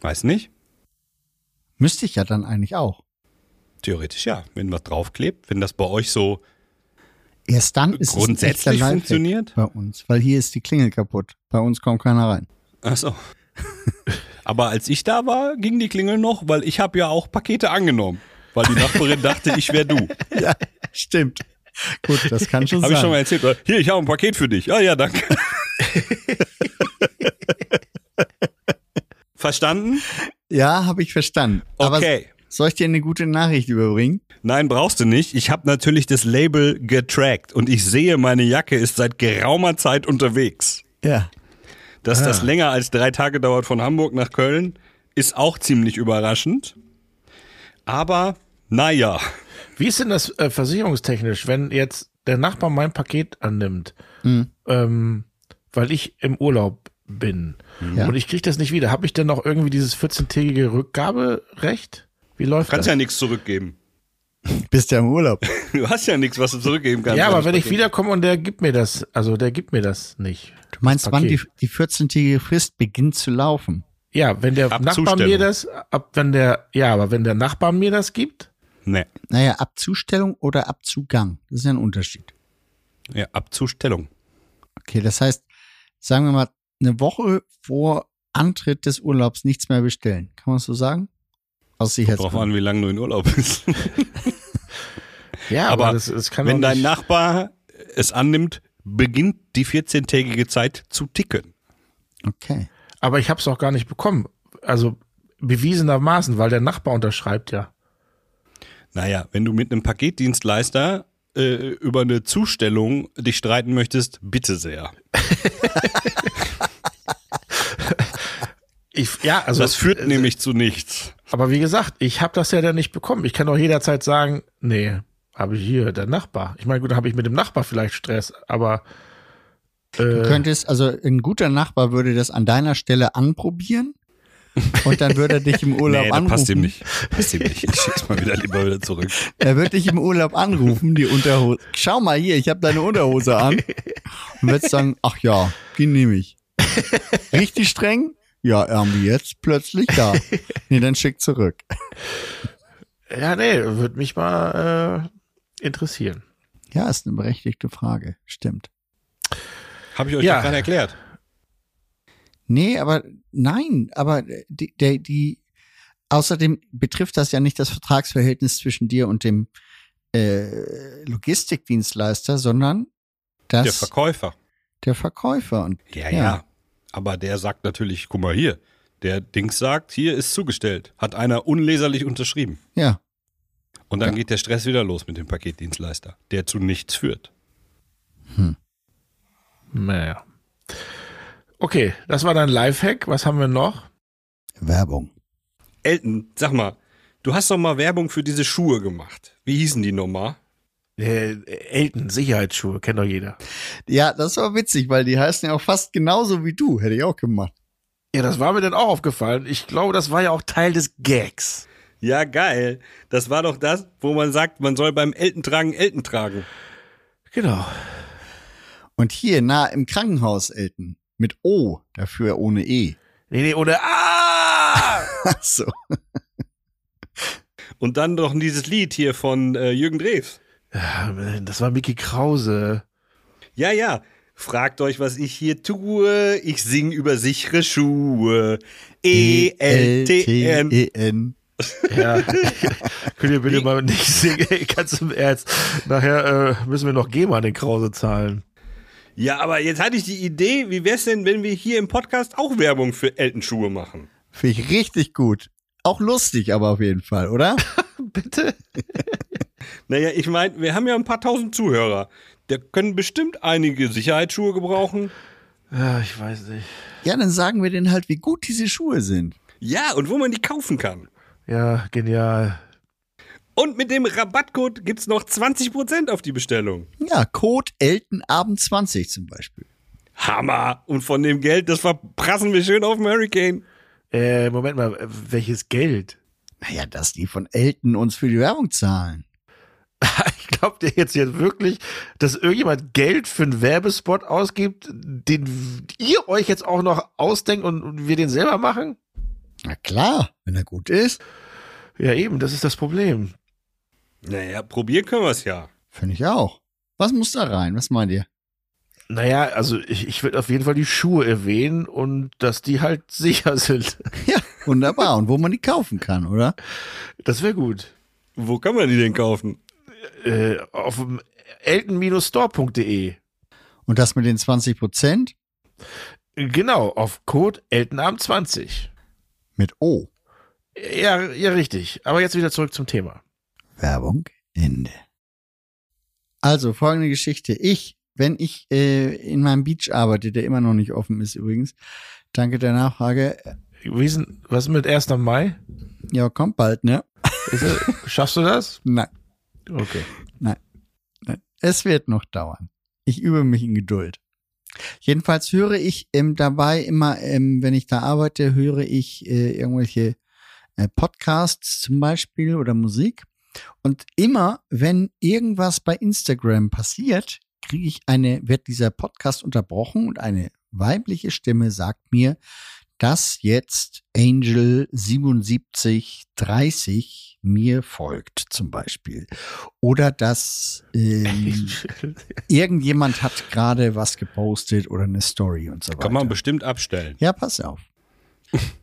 Speaker 2: Weiß nicht.
Speaker 4: Müsste ich ja dann eigentlich auch.
Speaker 2: Theoretisch ja, wenn was draufklebt, wenn das bei euch so.
Speaker 4: Erst dann ist
Speaker 2: Grundsätzlich
Speaker 4: es ein echter Lifehack
Speaker 2: funktioniert?
Speaker 4: bei uns, weil hier ist die Klingel kaputt. Bei uns kommt keiner rein.
Speaker 2: Ach so. Aber als ich da war, ging die Klingel noch, weil ich habe ja auch Pakete angenommen. Weil die Nachbarin dachte, ich wäre du.
Speaker 4: Ja, stimmt. Gut, das kann schon
Speaker 2: Habe
Speaker 4: sein.
Speaker 2: ich schon mal erzählt. oder? Hier, ich habe ein Paket für dich. Ja, ja, danke. Verstanden?
Speaker 4: ja, habe ich verstanden.
Speaker 2: Okay.
Speaker 4: Aber soll ich dir eine gute Nachricht überbringen?
Speaker 2: Nein, brauchst du nicht. Ich habe natürlich das Label getrackt und ich sehe, meine Jacke ist seit geraumer Zeit unterwegs.
Speaker 4: Ja.
Speaker 2: Dass das
Speaker 3: Ah.
Speaker 2: länger als drei Tage dauert von Hamburg nach Köln, ist auch ziemlich überraschend. Aber naja,
Speaker 3: Wie ist denn das äh, versicherungstechnisch, wenn jetzt der Nachbar mein Paket annimmt, ähm, weil ich im Urlaub bin
Speaker 4: Ja.
Speaker 3: und ich kriege das nicht wieder? Habe ich denn noch irgendwie dieses 14-tägige Rückgaberecht? Wie läuft
Speaker 2: kannst ja
Speaker 3: das?
Speaker 2: nichts zurückgeben.
Speaker 4: Bist ja im Urlaub.
Speaker 2: Du hast ja nichts, was du zurückgeben kannst.
Speaker 3: ja, aber wenn ich wiederkomme und der gibt mir das, also der gibt mir das nicht.
Speaker 4: Du meinst, wann die,
Speaker 3: Paket.
Speaker 4: die 14-tägige Frist beginnt zu laufen?
Speaker 3: Ja, wenn der
Speaker 2: Ab
Speaker 3: Nachbar
Speaker 2: Zustellung.
Speaker 3: mir das, ab wenn der, ja, aber wenn der Nachbar mir das gibt,
Speaker 2: Nee,
Speaker 4: Naja, ab Zustellung oder ab Zugang. Das ist ja ein Unterschied.
Speaker 2: ja, Abzustellung.
Speaker 4: Okay, das heißt, sagen wir mal, eine Woche vor Antritt des Urlaubs nichts mehr bestellen. Kann man es so sagen? Aus
Speaker 2: Drauf
Speaker 4: Sicherheitsgründen.
Speaker 2: an, wie lange du in Urlaub bist.
Speaker 3: ja, aber,
Speaker 2: Aber
Speaker 3: das, das kann
Speaker 2: wenn
Speaker 3: doch
Speaker 2: dein
Speaker 3: nicht-
Speaker 2: Nachbar es annimmt, beginnt die 14-tägige Zeit zu ticken.
Speaker 4: Okay.
Speaker 3: Aber ich habe es auch gar nicht bekommen. Also bewiesenermaßen, weil der Nachbar unterschreibt ja.
Speaker 2: Naja, wenn du mit einem Paketdienstleister äh, über eine Zustellung dich streiten möchtest, bitte sehr.
Speaker 3: Ich, ja, also
Speaker 2: Das führt nämlich zu nichts.
Speaker 3: Aber wie gesagt, ich habe das ja dann nicht bekommen. Ich kann doch jederzeit sagen, nee, habe ich hier der Nachbar. Ich meine, gut, dann habe ich mit dem Nachbar vielleicht Stress, aber äh,
Speaker 4: Du könntest, also ein guter Nachbar würde das an deiner Stelle anprobieren und dann würde er dich im Urlaub
Speaker 2: nee, das
Speaker 4: anrufen.
Speaker 2: passt ihm nicht. Passt ihm nicht. Ich schick's mal wieder lieber wieder zurück.
Speaker 4: Er wird dich im Urlaub anrufen, die Unterhose. Schau mal hier, ich habe deine Unterhose an. Und wird sagen, ach ja, die nehme ich. Richtig streng? Ja, irgendwie jetzt plötzlich da. Nee, dann schick zurück.
Speaker 3: ja, nee, würde mich mal äh, interessieren.
Speaker 4: Ja, ist eine berechtigte Frage. Stimmt.
Speaker 2: Habe ich euch
Speaker 3: Ja.
Speaker 2: ja. gerade erklärt.
Speaker 4: Nee, aber nein, aber die, der, die, außerdem betrifft das ja nicht das Vertragsverhältnis zwischen dir und dem äh, Logistikdienstleister, sondern das
Speaker 2: Der Verkäufer.
Speaker 4: der Verkäufer. Und
Speaker 2: Ja,
Speaker 4: Ja.
Speaker 2: ja, Aber der sagt natürlich, guck mal hier. Der Dings sagt, hier ist zugestellt. Hat einer unleserlich unterschrieben.
Speaker 4: ja,
Speaker 2: Und dann
Speaker 4: Ja.
Speaker 2: geht der Stress wieder los mit dem Paketdienstleister, der zu nichts führt.
Speaker 3: Naja. Okay, das war dann Lifehack. Was haben wir noch?
Speaker 4: Werbung.
Speaker 2: Elton, sag mal, du hast doch mal Werbung für diese Schuhe gemacht. Wie hießen die nochmal?
Speaker 3: Äh, Elton, Sicherheitsschuhe, kennt doch jeder.
Speaker 4: Ja, das war witzig, weil die heißen ja auch fast genauso wie du. Hätte ich auch gemacht.
Speaker 3: Ja, das war mir dann auch aufgefallen. Ich glaube, das war ja auch Teil des Gags.
Speaker 2: Ja, geil. Das war doch das, wo man sagt, man soll beim Elten tragen Elten tragen.
Speaker 3: Genau.
Speaker 4: Und hier, na, im Krankenhaus, Elton. Mit O, dafür ohne E.
Speaker 3: Nee, nee, ohne Ah!
Speaker 4: Ach so.
Speaker 2: Und dann doch dieses Lied hier von äh, Jürgen Drews.
Speaker 3: Ja, Das war Mickey Krause.
Speaker 2: Ja, ja. Fragt euch, was ich hier tue. Ich sing über sichere Schuhe. E E-L-T-N.
Speaker 4: E-N.
Speaker 3: Ja. Könnt ihr bitte mal nicht singen, ey, ganz im Ernst. Nachher äh, müssen wir noch GEMA an den Krause zahlen.
Speaker 2: Ja, aber jetzt hatte ich die Idee, wie wär's denn, wenn wir hier im Podcast auch Werbung für Eltenschuhe machen?
Speaker 4: Finde ich richtig gut. Auch lustig, aber auf jeden Fall, oder?
Speaker 3: Bitte?
Speaker 2: Naja, ich meine, wir haben ja ein paar tausend Zuhörer. Da können bestimmt einige Sicherheitsschuhe gebrauchen.
Speaker 3: Ja, ich weiß nicht.
Speaker 4: Ja, dann sagen wir denen halt, wie gut diese Schuhe sind.
Speaker 2: Ja, und wo man die kaufen kann.
Speaker 3: Ja, genial.
Speaker 2: Und mit dem Rabattcode gibt's noch 20% auf die Bestellung.
Speaker 4: Ja, Code Eltenabend 20 zum Beispiel.
Speaker 2: Hammer! Und von dem Geld, das verprassen wir schön auf dem Hurricane.
Speaker 3: Äh, Moment mal, äh, welches Geld?
Speaker 4: Naja, dass die von Elten uns für die Werbung zahlen.
Speaker 3: Glaubt ihr jetzt jetzt wirklich, dass irgendjemand Geld für einen Werbespot ausgibt, den ihr euch jetzt auch noch ausdenkt und- und wir den selber machen?
Speaker 4: Na klar, wenn er gut ist,
Speaker 3: Ja, eben, das ist das Problem.
Speaker 2: Naja, probieren können wir's ja.
Speaker 4: finde ich auch. Was muss da rein? Was meint ihr?
Speaker 3: Naja, also ich, ich würde auf jeden Fall die Schuhe erwähnen und dass die halt sicher sind.
Speaker 4: Ja, wunderbar. Und wo man die kaufen kann, oder?
Speaker 3: Das wäre gut.
Speaker 2: Wo kann man die denn kaufen?
Speaker 3: äh, auf dem elten-store.de.
Speaker 4: Und das mit den 20 Prozent
Speaker 3: Genau, auf Code eltenabend20.
Speaker 4: mit O.
Speaker 3: Ja, ja, richtig. Aber jetzt wieder zurück zum Thema.
Speaker 4: Werbung Ende. Also folgende Geschichte. Ich, wenn ich äh, in meinem Beach arbeite, der immer noch nicht offen ist übrigens, danke der Nachfrage,
Speaker 3: Wie ist denn- was ist mit 1. Mai?
Speaker 4: Ja, kommt bald, ne?
Speaker 3: Ist das, schaffst du das?
Speaker 4: Nein,
Speaker 3: Okay.
Speaker 4: nein, nein. Es wird noch dauern. Ich übe mich in Geduld. Jedenfalls höre ich ähm, dabei immer, ähm, wenn ich da arbeite, höre ich äh, irgendwelche äh, Podcasts zum Beispiel oder Musik. Und immer, wenn irgendwas bei Instagram passiert, kriege ich eine, wird dieser Podcast unterbrochen und eine weibliche Stimme sagt mir, dass jetzt Angel 7730 mir folgt zum Beispiel. Oder dass ähm, irgendjemand hat gerade was gepostet oder eine Story und so weiter.
Speaker 2: Kann man bestimmt abstellen.
Speaker 4: Ja, pass auf.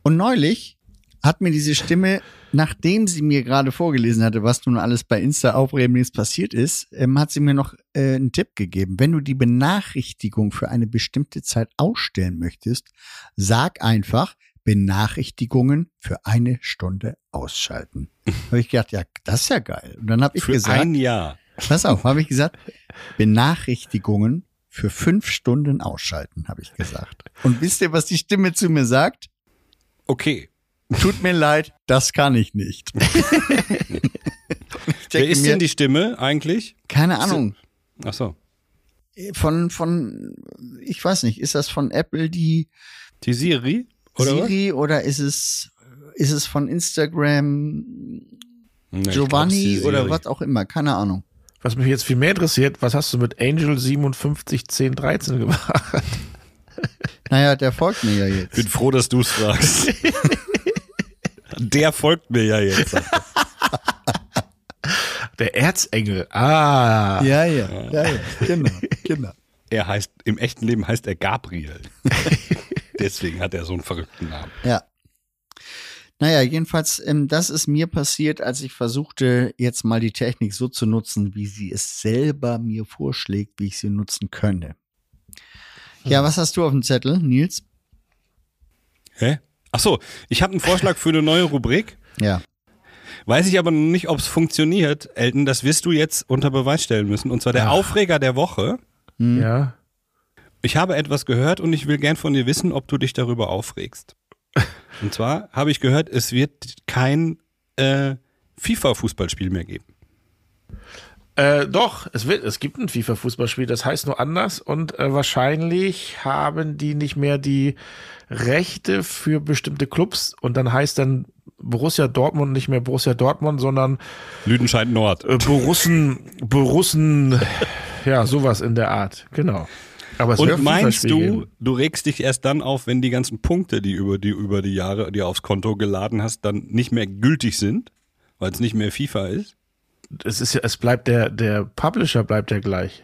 Speaker 4: Und neulich hat mir diese Stimme, nachdem sie mir gerade vorgelesen hatte, was nun alles bei Insta Aufregendes passiert ist, ähm, hat sie mir noch äh, einen Tipp gegeben. Wenn du die Benachrichtigung für eine bestimmte Zeit ausstellen möchtest, sag einfach Benachrichtigungen für eine Stunde ausschalten. Habe ich gedacht, ja, das ist ja geil. Und dann habe ich
Speaker 2: Für
Speaker 4: gesagt,
Speaker 2: ein Jahr.
Speaker 4: pass auf, habe ich gesagt, Benachrichtigungen für fünf Stunden ausschalten, habe ich gesagt. Und wisst ihr, was die Stimme zu mir sagt?
Speaker 2: Okay.
Speaker 4: Tut mir leid, das kann ich nicht. Ich denke
Speaker 2: Wer ist
Speaker 4: mir,
Speaker 2: denn die Stimme eigentlich?
Speaker 4: Keine Ahnung.
Speaker 2: Ach so.
Speaker 4: Von, von, ich weiß nicht, ist das von Apple die
Speaker 2: Die Siri? Oder
Speaker 4: Siri oder ist es, ist es von Instagram
Speaker 2: was? Nee, ich glaub, es
Speaker 4: Giovanni
Speaker 2: ist die
Speaker 4: oder
Speaker 2: Siri.
Speaker 4: was auch immer? Keine Ahnung.
Speaker 3: Was mich jetzt viel mehr interessiert, was hast du mit Angel 571013 gemacht?
Speaker 4: Naja, der folgt mir ja jetzt.
Speaker 2: Bin froh, dass du es sagst. Der folgt mir ja jetzt. sagt er.
Speaker 3: Der Erzengel. Ah.
Speaker 4: Ja, ja, ja, ja, genau, genau.
Speaker 2: Er heißt, im echten Leben heißt er Gabriel. Deswegen hat er so einen verrückten Namen.
Speaker 4: Ja. Naja, jedenfalls, ähm, das ist mir passiert, als ich versuchte, jetzt mal die Technik so zu nutzen, wie sie es selber mir vorschlägt, wie ich sie nutzen könnte. Ja, was hast du auf dem Zettel, Nils?
Speaker 2: Hä? Ach so, ich habe einen Vorschlag für eine neue Rubrik.
Speaker 4: Ja.
Speaker 2: Weiß ich aber noch nicht, ob es funktioniert, Elton. Das wirst du jetzt unter Beweis stellen müssen. Und zwar der Aufreger der Woche.
Speaker 3: Ja.
Speaker 2: Ich habe etwas gehört und ich will gern von dir wissen, ob du dich darüber aufregst. Und zwar habe ich gehört, es wird kein äh, FIFA-Fußballspiel mehr geben.
Speaker 3: Äh, doch, es wird, es gibt ein FIFA-Fußballspiel, das heißt nur anders und äh, wahrscheinlich haben die nicht mehr die Rechte für bestimmte Clubs und dann heißt dann Borussia Dortmund nicht mehr Borussia Dortmund, sondern
Speaker 2: Lüdenscheid Nord.
Speaker 3: äh, Borussen, Borussen, ja, sowas in der Art, genau. Aber es wird
Speaker 2: Und
Speaker 3: ein
Speaker 2: meinst
Speaker 3: FIFA-Spiel
Speaker 2: du,
Speaker 3: geben.
Speaker 2: du regst dich erst dann auf, wenn die ganzen Punkte, die über die über die Jahre dir aufs Konto geladen hast, dann nicht mehr gültig sind, weil es nicht mehr FIFA ist?
Speaker 3: Es ist ja, es bleibt der, der Publisher bleibt ja gleich.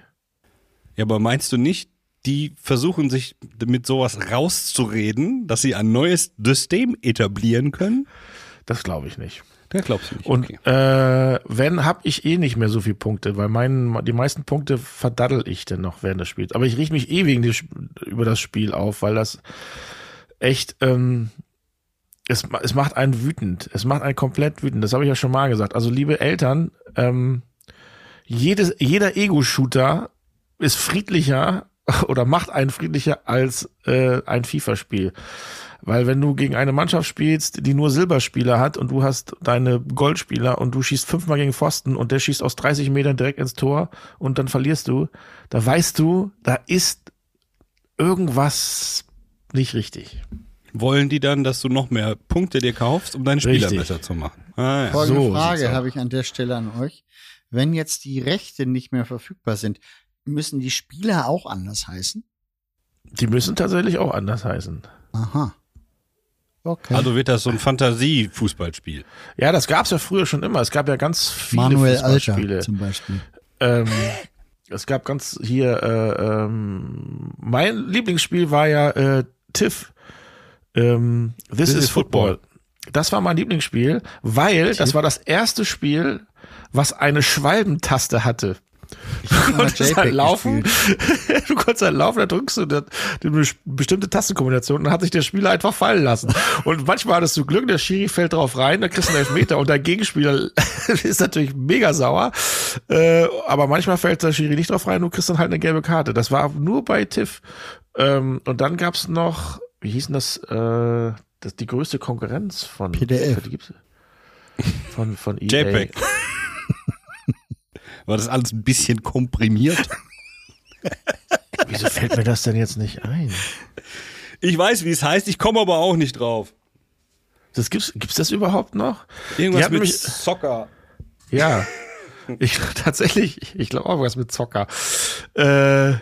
Speaker 2: Ja, aber meinst du nicht, die versuchen sich mit sowas rauszureden, dass sie ein neues System etablieren können?
Speaker 3: Das glaube ich nicht.
Speaker 2: Da glaubst du nicht.
Speaker 3: Und
Speaker 2: okay.
Speaker 3: äh, wenn, habe ich eh nicht mehr so viel Punkte, weil mein, die meisten Punkte verdaddel ich denn noch während des Spiels. Aber ich riech mich eh wegen des, Sp- über das Spiel auf, weil das echt, ähm, es, ma- es macht einen wütend. Es macht einen komplett wütend. Das habe ich ja schon mal gesagt. Also, liebe Eltern, ähm, jedes, jeder Ego-Shooter ist friedlicher oder macht einen friedlicher als äh, ein FIFA-Spiel. Weil wenn du gegen eine Mannschaft spielst, die nur Silberspieler hat und du hast deine Goldspieler und du schießt fünfmal gegen Pfosten und der schießt aus 30 Metern direkt ins Tor und dann verlierst du, da weißt du, da ist irgendwas nicht richtig.
Speaker 2: Wollen die dann, dass du noch mehr Punkte dir kaufst, um deine Spieler
Speaker 3: Richtig.
Speaker 2: besser zu machen? Ah, ja.
Speaker 4: Folgende
Speaker 3: so
Speaker 4: Frage
Speaker 3: sieht's aus.
Speaker 4: habe ich an der Stelle an euch. Wenn jetzt die Rechte nicht mehr verfügbar sind, müssen die Spieler auch anders heißen?
Speaker 3: Die müssen tatsächlich auch anders heißen.
Speaker 4: Aha. Okay.
Speaker 2: Also wird das so ein Fantasie-Fußballspiel.
Speaker 3: Ja, das gab's ja früher schon immer. Es gab ja ganz viele
Speaker 4: Manuel
Speaker 3: Fußballspiele.
Speaker 4: Alter zum Beispiel.
Speaker 3: Ähm, es gab ganz hier, äh, ähm, mein Lieblingsspiel war ja äh, TIFF. Ähm, This, is, Football. Das war mein Lieblingsspiel, weil das war das erste Spiel, was eine Schwalbentaste hatte. Du konntest
Speaker 4: JPEG
Speaker 3: halt laufen, du konntest halt laufen, da drückst du das- die bes- bestimmte Tastenkombination und dann hat sich der Spieler einfach fallen lassen. Und manchmal hattest du Glück, der Schiri fällt drauf rein, dann kriegst du einen Elfmeter und dein Gegenspieler ist natürlich mega sauer. Äh, aber manchmal fällt der Schiri nicht drauf rein, du kriegst dann halt eine gelbe Karte. Das war nur bei Tiff. Ähm, und dann gab's noch, wie hieß denn das, äh, das die größte Konkurrenz von
Speaker 4: PDF.
Speaker 3: Die gibt's, von, von E EA.
Speaker 2: JPEG. War das alles ein bisschen komprimiert?
Speaker 3: Wieso fällt mir das denn jetzt nicht ein?
Speaker 2: Ich weiß, wie es heißt, ich komme aber auch nicht drauf.
Speaker 3: Das gibt's, gibt's das überhaupt noch? Die
Speaker 2: Irgendwas
Speaker 3: hat
Speaker 2: mit
Speaker 3: nämlich-
Speaker 2: Soccer.
Speaker 3: Ja. Ich tatsächlich, ich- ich glaube auch was mit Zocker. Äh,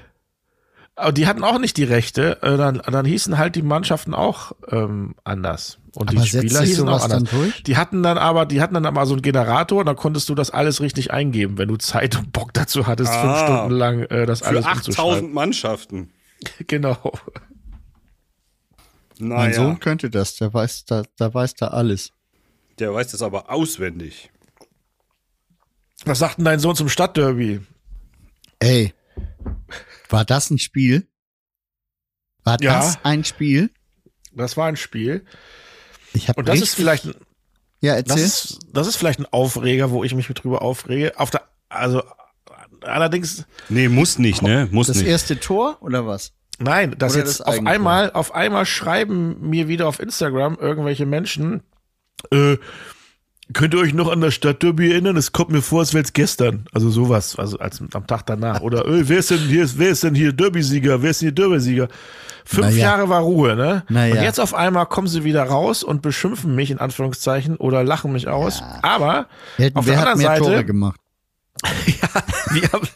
Speaker 3: aber die hatten auch nicht die Rechte. Äh, Dann, dann hießen halt die Mannschaften auch ähm, anders. Und die
Speaker 4: Aber setzt
Speaker 3: Spieler
Speaker 4: sich
Speaker 3: hießen auch
Speaker 4: sowas
Speaker 3: anders.
Speaker 4: dann durch?
Speaker 3: Die hatten dann aber, die hatten dann aber so einen Generator und da konntest du das alles richtig eingeben, wenn du Zeit und Bock dazu hattest,
Speaker 2: Ah.
Speaker 3: fünf Stunden lang äh, das
Speaker 2: Für
Speaker 3: alles
Speaker 2: 8000
Speaker 3: umzuschreiben.
Speaker 2: Mannschaften.
Speaker 3: Genau. Ah,
Speaker 4: Mein
Speaker 2: Naja,
Speaker 4: Sohn könnte das, der weiß da, der weiß da alles.
Speaker 2: der weiß das aber auswendig.
Speaker 3: Was sagt denn dein Sohn zum Stadtderby?
Speaker 4: Ey, war das ein Spiel? War
Speaker 3: Ja.
Speaker 4: das ein Spiel?
Speaker 3: Das war ein Spiel.
Speaker 4: Ich hab
Speaker 3: Und das
Speaker 4: richtig,
Speaker 3: ist vielleicht ein
Speaker 4: ja erzähl.
Speaker 3: Das ist, das ist vielleicht ein Aufreger, wo ich mich mit drüber aufrege. Auf der, also allerdings,
Speaker 2: Nee, muss nicht, ne? Muss
Speaker 4: das
Speaker 2: nicht.
Speaker 4: erste Tor oder was?
Speaker 3: nein, dass
Speaker 4: Oder
Speaker 3: jetzt
Speaker 4: das
Speaker 3: auf
Speaker 4: Eigentor.
Speaker 3: einmal, auf einmal schreiben mir wieder auf Instagram irgendwelche Menschen, äh, könnt ihr euch noch an das Stadtderby erinnern? Es kommt mir vor, als wäre es gestern. Also sowas, also als am Tag danach. Oder äh, wer ist denn hier, wer ist denn hier Derby-Sieger? Wer ist denn hier Derby-Sieger? Fünf
Speaker 4: Naja.
Speaker 3: Jahre war Ruhe, ne?
Speaker 4: Naja.
Speaker 3: Und jetzt auf einmal kommen sie wieder raus und beschimpfen mich in Anführungszeichen oder lachen mich aus. Aber
Speaker 4: Wer,
Speaker 3: auf
Speaker 4: wer
Speaker 3: der
Speaker 4: hat
Speaker 3: anderen
Speaker 4: mehr
Speaker 3: Seite
Speaker 4: Tore gemacht?
Speaker 3: Wir haben,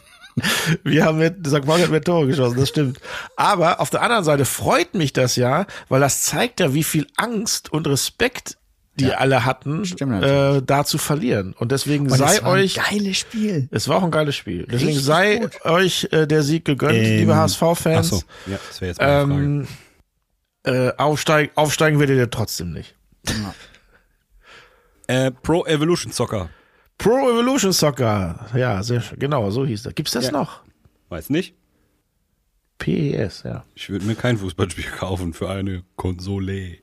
Speaker 3: wir haben mit St. Pauli hat mehr Tore geschossen, das stimmt. Aber auf der anderen Seite freut mich das ja, weil das zeigt ja, wie viel Angst und Respekt die alle hatten,
Speaker 4: Stimmt natürlich.
Speaker 3: äh, da zu verlieren. Und deswegen
Speaker 4: Und
Speaker 3: sei
Speaker 4: es war
Speaker 3: euch,
Speaker 4: ein geiles Spiel.
Speaker 3: es war auch ein geiles Spiel. Deswegen
Speaker 4: Richtig Ähm,
Speaker 3: sei euch äh, der Sieg gegönnt, liebe HSV-Fans.
Speaker 2: Achso, ja, das wäre jetzt meine Frage.
Speaker 3: ähm, äh, aufsteig, aufsteigen werdet ihr trotzdem nicht.
Speaker 2: Äh, Pro Evolution Soccer.
Speaker 3: Pro Evolution Soccer. Ja, sehr schön. Genau, so hieß das. Gibt's das noch?
Speaker 2: Weiß nicht.
Speaker 3: PES, ja.
Speaker 2: Ich würde mir kein Fußballspiel kaufen für eine Konsole.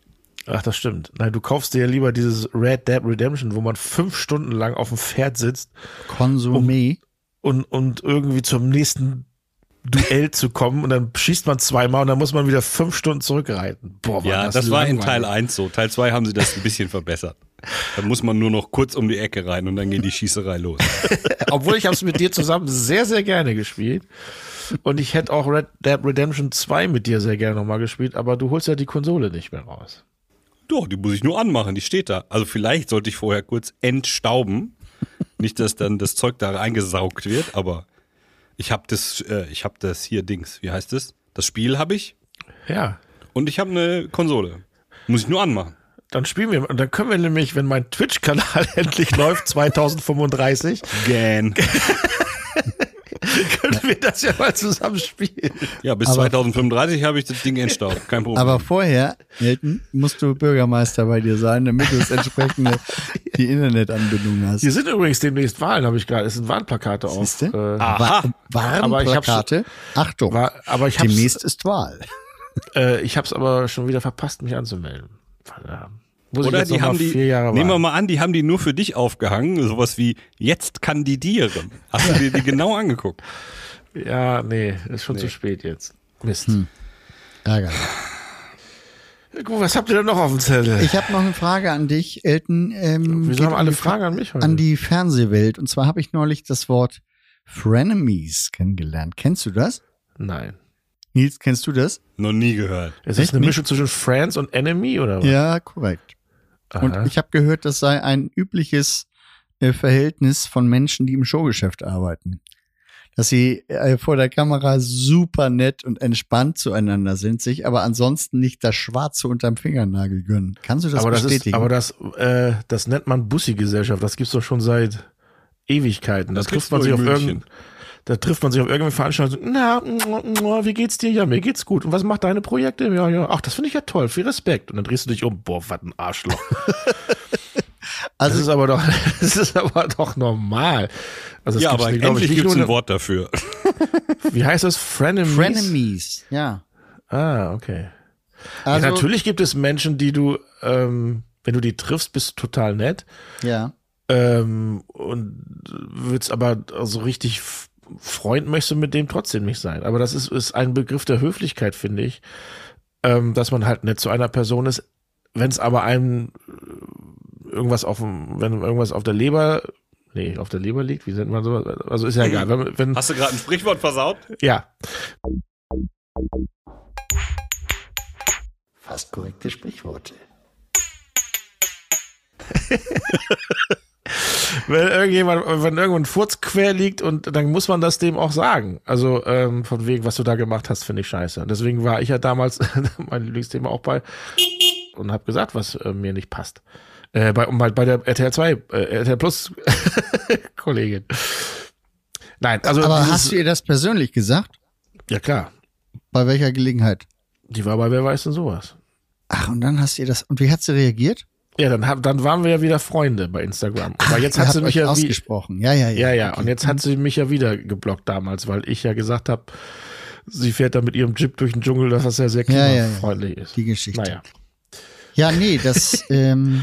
Speaker 3: Ach, das stimmt. Nein, du kaufst dir ja lieber dieses Red Dead Redemption, wo man fünf Stunden lang auf dem Pferd sitzt
Speaker 4: Konsumé.
Speaker 3: und, und irgendwie zum nächsten Duell zu kommen und dann schießt man zweimal und dann muss man wieder fünf Stunden zurückreiten. Boah, war
Speaker 2: Ja, das,
Speaker 3: das
Speaker 2: war in
Speaker 3: langweilig.
Speaker 2: Teil 1 so. Teil 2 haben sie das ein bisschen verbessert. Da muss man nur noch kurz um die Ecke rein und dann geht die Schießerei los.
Speaker 3: Äh, Obwohl ich habe es mit dir zusammen sehr, sehr gerne gespielt. Und ich hätte auch Red Dead Redemption 2 mit dir sehr gerne nochmal gespielt, aber du holst ja die Konsole nicht mehr raus.
Speaker 2: Doch, die muss ich nur anmachen, die steht da. Also vielleicht sollte ich vorher kurz entstauben. Nicht, dass dann das Zeug da eingesaugt wird, aber ich habe das, äh, ich habe das hier Dings, wie heißt es? Das Spiel habe ich
Speaker 3: Ja.
Speaker 2: und ich habe eine Konsole. Muss ich nur anmachen.
Speaker 3: Dann spielen wir, und dann können wir nämlich, wenn mein Twitch-Kanal endlich läuft, 2035,
Speaker 2: Gähn.
Speaker 3: können wir das ja mal zusammen spielen.
Speaker 2: Ja, bis
Speaker 4: Aber-
Speaker 2: 2035 habe ich das Ding entstaubt, kein
Speaker 3: Oh.
Speaker 2: Problem.
Speaker 4: Aber vorher, Elton, musst du Bürgermeister bei dir sein, damit du das entsprechende die Internetanbindung hast.
Speaker 3: Hier sind übrigens demnächst Wahlen, habe ich gerade. Es sind Wahlplakate auf.
Speaker 4: Siehste? Ah.
Speaker 3: Äh,
Speaker 2: Aha.
Speaker 3: Aber ich hab's-
Speaker 4: Warnplakate. Achtung.
Speaker 3: war, aber ich habe es
Speaker 4: demnächst ist Wahl.
Speaker 3: äh, ich hab's aber schon wieder verpasst, mich anzumelden. Ja. Muss ich
Speaker 2: Oder
Speaker 3: jetzt
Speaker 2: die
Speaker 3: noch mal
Speaker 2: haben die,
Speaker 3: vier Jahre
Speaker 2: nehmen wir
Speaker 3: warten.
Speaker 2: mal an, die haben die nur für dich aufgehangen, sowas wie jetzt kandidieren. Hast du dir die genau angeguckt?
Speaker 3: Ja, nee, ist schon zu spät jetzt. Mist.
Speaker 4: Hm. Ärgerlich.
Speaker 3: Gut, was habt ihr denn noch auf dem Zettel?
Speaker 4: Ich habe noch eine Frage an dich, Elton. Ähm,
Speaker 3: Wieso
Speaker 4: geht
Speaker 3: haben
Speaker 4: um
Speaker 3: alle
Speaker 4: die Fra-
Speaker 3: Fragen an mich heute?
Speaker 4: An die Fernsehwelt. Und zwar habe ich neulich das Wort Frenemies kennengelernt. Kennst du das?
Speaker 3: Nein.
Speaker 4: Nils, kennst du das?
Speaker 2: Noch nie gehört.
Speaker 3: Es ist
Speaker 4: Echt
Speaker 3: eine
Speaker 4: nicht?
Speaker 3: Mischung zwischen Friends und Enemy oder was?
Speaker 4: Ja, korrekt.
Speaker 3: Aha.
Speaker 4: Und ich habe gehört, das sei ein übliches äh, Verhältnis von Menschen, die im Showgeschäft arbeiten. Dass sie äh, vor der Kamera super nett und entspannt zueinander sind, sich aber ansonsten nicht das Schwarze unterm Fingernagel gönnen. Kannst du das
Speaker 3: aber das ist,
Speaker 4: bestätigen?
Speaker 3: aber das, äh, das nennt man Bussi-Gesellschaft. Das gibt's doch schon seit Ewigkeiten. Da
Speaker 2: Das gibt's
Speaker 3: trifft man
Speaker 2: nur
Speaker 3: sich
Speaker 2: in
Speaker 3: auf
Speaker 2: München.
Speaker 3: irgendein, da trifft man sich auf irgendeine Veranstaltung. Na, mua, mua, wie geht's dir? Ja, mir geht's gut. Und was macht deine Projekte? Ja, ja. Ach, das finde ich ja toll. Viel Respekt. Und dann drehst du dich um. Boah, was ein Arschloch. Also, das ist aber doch, das ist aber doch normal. Also, das
Speaker 2: ja,
Speaker 3: gibt's
Speaker 2: aber
Speaker 3: nicht, glaub
Speaker 2: endlich
Speaker 3: ich, nicht
Speaker 2: gibt es
Speaker 3: nur
Speaker 2: ein Wort dafür.
Speaker 3: in- Wie heißt das? Frenemies?
Speaker 4: Frenemies, ja.
Speaker 3: Ah, okay.
Speaker 4: Also,
Speaker 3: ja, natürlich gibt es Menschen, die du, ähm, wenn du die triffst, bist du total nett.
Speaker 4: Ja.
Speaker 3: Ähm, und wird's aber so richtig f- Freund möchtest du mit dem trotzdem nicht sein. Aber das ist, ist ein Begriff der Höflichkeit, finde ich. Ähm, dass man halt nett zu einer Person ist. Wenn es aber einem äh, irgendwas auf dem, wenn irgendwas auf der Leber, nee, auf der Leber liegt, wie nennt man sowas? Also ist ja egal. Wenn, wenn,
Speaker 2: Hast du gerade ein Sprichwort versaut?
Speaker 3: ja,
Speaker 4: Fast korrekte Sprichworte.
Speaker 3: wenn irgendjemand, wenn irgendwo ein Furz quer liegt und dann muss man das dem auch sagen. Also ähm, von wegen, was du da gemacht hast, finde ich scheiße. Und Deswegen war ich ja damals mein Lieblingsthema auch bei und habe gesagt, was äh, mir nicht passt. Äh, bei, bei, bei der RTL 2, äh, RTL Plus Kollegin. Nein, also
Speaker 4: Aber
Speaker 3: dieses-
Speaker 4: hast du ihr das persönlich gesagt?
Speaker 3: ja klar,
Speaker 4: Bei welcher Gelegenheit?
Speaker 3: die war bei Wer weiß denn sowas.
Speaker 4: Ach, und dann hast du ihr das. Und wie hat sie reagiert?
Speaker 3: Ja, dann, hab, dann waren wir ja wieder Freunde bei Instagram. Aber jetzt
Speaker 4: Ihr
Speaker 3: hat
Speaker 4: habt
Speaker 3: sie mich
Speaker 4: euch
Speaker 3: ja wie,
Speaker 4: ausgesprochen. Ja, ja, ja.
Speaker 3: Ja, ja, und jetzt hat sie mich ja wieder geblockt damals, weil ich ja gesagt habe, sie fährt da mit ihrem Jeep durch den Dschungel, dass das ja sehr
Speaker 4: Ja, ja, ja.
Speaker 3: klimafreundlich ist.
Speaker 4: Die Geschichte.
Speaker 3: Naja.
Speaker 4: Ja, nee, das. ähm,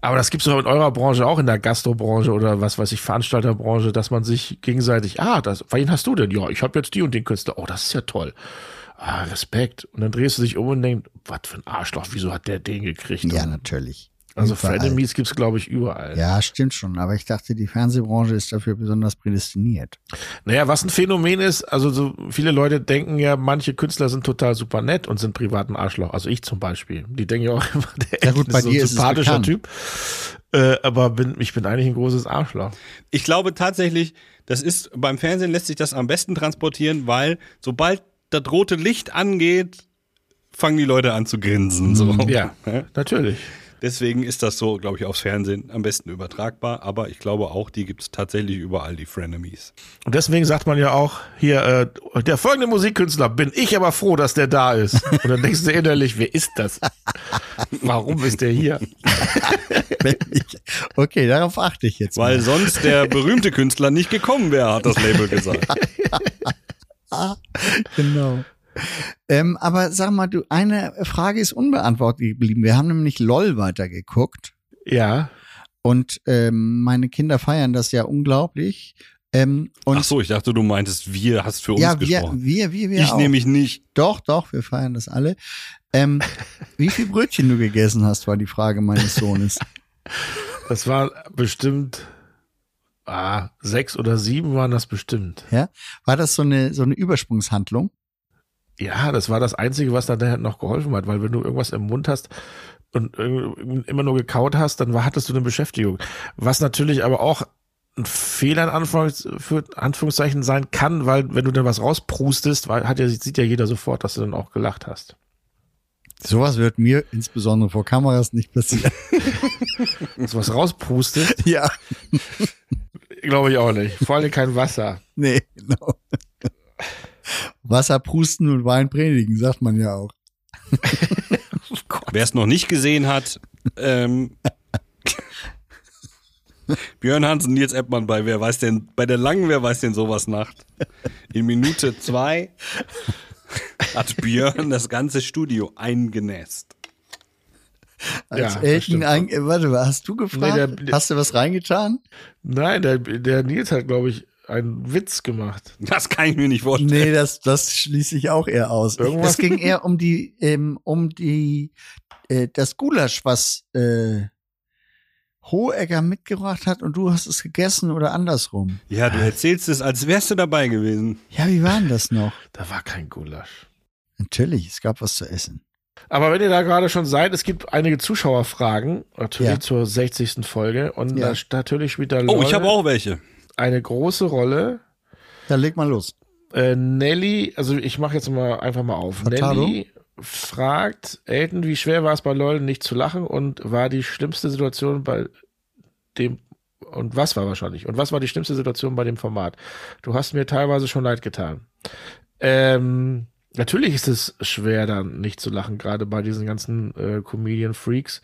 Speaker 3: Aber das gibt's doch in eurer Branche auch, in der Gastrobranche oder was weiß ich, Veranstalterbranche, dass man sich gegenseitig, ah, das, wen hast du denn? Ja, ich habe jetzt die und den Künstler. Oh, das ist ja toll. Ah, Respekt. Und dann drehst du dich um und denkst, was für ein Arschloch, wieso hat der den gekriegt?
Speaker 4: ja,
Speaker 3: Und-
Speaker 4: natürlich.
Speaker 3: also
Speaker 4: Überall.
Speaker 3: Frenemies gibt's glaube ich, überall.
Speaker 4: Ja, stimmt schon. Aber ich dachte, die Fernsehbranche ist dafür besonders prädestiniert.
Speaker 3: Naja, was ein Phänomen ist, also so viele Leute denken ja, manche Künstler sind total super nett und sind privaten Arschloch. Also ich zum Beispiel. Die denken ja auch immer, der
Speaker 4: Ja gut,
Speaker 3: Elton
Speaker 4: bei
Speaker 3: ist so ein
Speaker 4: dir ist es
Speaker 3: sympathischer
Speaker 4: bekannt.
Speaker 3: Typ. Äh, aber bin, ich bin eigentlich ein großes Arschloch.
Speaker 2: Ich glaube tatsächlich, das ist beim Fernsehen lässt sich das am besten transportieren, weil sobald das rote Licht angeht, fangen die Leute an zu
Speaker 4: Mhm,
Speaker 2: grinsen. So.
Speaker 3: Ja, natürlich.
Speaker 2: Deswegen ist das so, glaube ich, aufs Fernsehen am besten übertragbar. Aber ich glaube auch, die gibt es tatsächlich überall, die Frenemies.
Speaker 3: Und deswegen sagt man ja auch hier, äh, der folgende Musikkünstler, bin ich aber froh, dass der da ist. Und dann denkst du innerlich, wer ist das? Warum ist der hier?
Speaker 4: Wenn ich- okay, darauf achte ich jetzt.
Speaker 2: Weil
Speaker 4: mal.
Speaker 2: sonst der berühmte Künstler nicht gekommen wäre, hat das Label gesagt.
Speaker 4: Genau. Ähm, aber sag mal, du, eine Frage ist unbeantwortet geblieben. Wir haben nämlich LOL weitergeguckt
Speaker 3: Ja.
Speaker 4: und ähm, meine Kinder feiern das ja unglaublich. Ähm, und
Speaker 2: Ach so, ich dachte, du meintest, wir hast für uns
Speaker 4: ja, wir,
Speaker 2: gesprochen.
Speaker 4: wir, wir, wir.
Speaker 2: ich
Speaker 4: auch.
Speaker 2: nehme mich nicht.
Speaker 4: Doch, doch, wir feiern das alle. Ähm, wie viel Brötchen du gegessen hast, war die Frage meines Sohnes.
Speaker 3: Das war bestimmt, ah, sechs oder sieben waren das bestimmt.
Speaker 4: Ja? War das so eine, so eine Übersprungshandlung?
Speaker 3: Ja, das war das Einzige, was dann halt noch geholfen hat, weil wenn du irgendwas im Mund hast und irg- immer nur gekaut hast, dann war, hattest du eine Beschäftigung. Was natürlich aber auch ein Fehler in Anführungs für Anführungszeichen sein kann, weil wenn du dann was rausprustest, weil, hat ja, sieht ja jeder sofort, dass du dann auch gelacht hast.
Speaker 4: Sowas wird mir insbesondere vor Kameras nicht passieren.
Speaker 3: Wenn du was rauspustest,
Speaker 4: ja,
Speaker 3: glaube ich auch nicht. Vor allem kein Wasser.
Speaker 4: nee, genau. Wasser prusten und Wein predigen, sagt man ja auch.
Speaker 2: Wer es noch nicht gesehen hat, ähm, Björn Hansen, Nils Eppmann bei Wer weiß denn, bei der langen Wer weiß denn sowas Nacht. In Minute zwei hat Björn das ganze Studio eingenäst.
Speaker 4: Als
Speaker 3: Ja, das
Speaker 4: Elton
Speaker 3: stimmt. ne?
Speaker 4: ein, äh, warte, mal, hast du gefragt?
Speaker 3: Nee, der- der-
Speaker 4: hast du was reingetan?
Speaker 3: Nein, der, der Nils hat, glaube ich, einen Witz gemacht.
Speaker 2: Das kann ich mir nicht vorstellen.
Speaker 4: Nee, das, das schließe ich auch eher aus. Ich,
Speaker 3: Irgendwas-
Speaker 4: es ging eher um die, ähm, um die, äh, das Gulasch, was äh, Hohegger mitgebracht hat und du hast es gegessen oder andersrum.
Speaker 2: Ja, du erzählst es, als wärst du dabei gewesen.
Speaker 4: Ja, wie war denn das noch?
Speaker 3: Da war kein Gulasch.
Speaker 4: Natürlich, es gab was zu essen.
Speaker 3: Aber wenn ihr da gerade schon seid, es gibt einige Zuschauerfragen, natürlich
Speaker 4: Ja.
Speaker 3: zur 60. Folge. Und
Speaker 4: Ja.
Speaker 3: da st- natürlich spielt da
Speaker 2: Oh,
Speaker 3: LOL
Speaker 2: ich habe auch welche.
Speaker 3: eine große Rolle.
Speaker 4: Dann leg mal los.
Speaker 3: Äh, Nelly, also ich mache jetzt mal einfach mal auf.
Speaker 4: Vertarung?
Speaker 3: Nelly fragt, Elton, wie schwer war es bei LOL nicht zu lachen und war die schlimmste Situation bei dem und was war wahrscheinlich? Und was war die schlimmste Situation bei dem Format? Du hast mir teilweise schon leid getan. Ähm, natürlich ist es schwer, dann nicht zu lachen, gerade bei diesen ganzen äh, Comedian-Freaks.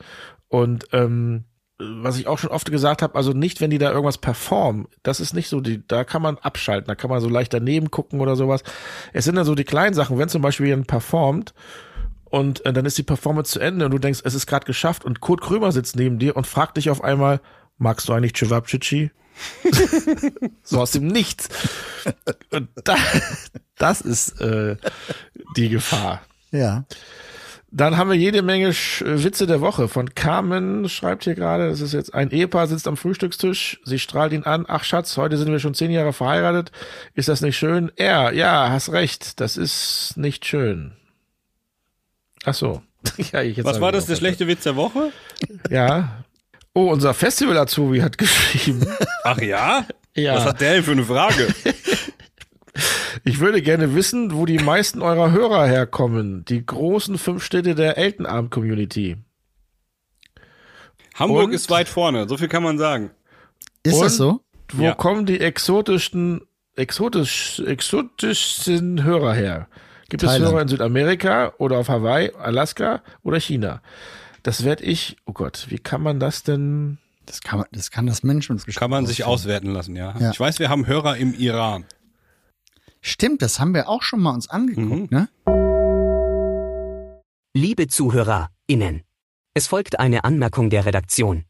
Speaker 3: Und ähm, was ich auch schon oft gesagt habe, also nicht, wenn die da irgendwas performen, das ist nicht so, die, da kann man abschalten, da kann man so leicht daneben gucken oder sowas. Es sind dann so die kleinen Sachen, wenn zum Beispiel jemand performt und äh, dann ist die Performance zu Ende und du denkst, es ist gerade geschafft und Kurt Krömer sitzt neben dir und fragt dich auf einmal, magst du eigentlich Chivapchichi? so aus dem Nichts. Und da, das ist äh, die Gefahr.
Speaker 4: Ja.
Speaker 3: Dann haben wir jede Menge Sch Witze der Woche. Von Carmen schreibt hier gerade, das ist jetzt ein Ehepaar, sitzt am Frühstückstisch, sie strahlt ihn an, ach Schatz, heute sind wir schon zehn Jahre verheiratet, ist das nicht schön? Er, ja, hast recht, das ist nicht schön. Ach so. ja, ich jetzt
Speaker 2: Was
Speaker 3: hab
Speaker 2: war
Speaker 3: ich
Speaker 2: das,
Speaker 3: auch
Speaker 2: der schlechte Witz der Woche?
Speaker 3: Ja. Oh, unser Festival-Azubi hat geschrieben.
Speaker 2: Ach ja?
Speaker 3: Ja.
Speaker 2: Was hat der denn für eine Frage?
Speaker 3: Ich würde gerne wissen, wo die meisten eurer Hörer herkommen. Die großen fünf Städte der Eltenarm-Community.
Speaker 2: Hamburg
Speaker 3: Und?
Speaker 2: ist weit vorne, so viel kann man sagen.
Speaker 4: Ist
Speaker 3: Und
Speaker 4: das so?
Speaker 3: Wo
Speaker 2: Ja.
Speaker 3: kommen die exotischen, exotisch, exotischsten Hörer her? Gibt es
Speaker 4: Thailand.
Speaker 3: Hörer in Südamerika oder auf Hawaii, Alaska oder China? Das werde ich, oh Gott, wie kann man das denn?
Speaker 4: Das kann, man- das kann das Menschen
Speaker 2: Kann man sich auswerten lassen, ja.
Speaker 4: Ja.
Speaker 2: Ich weiß, wir haben Hörer im Iran.
Speaker 4: Stimmt, das haben wir auch schon mal uns angeguckt, ne?
Speaker 5: Liebe ZuhörerInnen. Es folgt eine Anmerkung der Redaktion.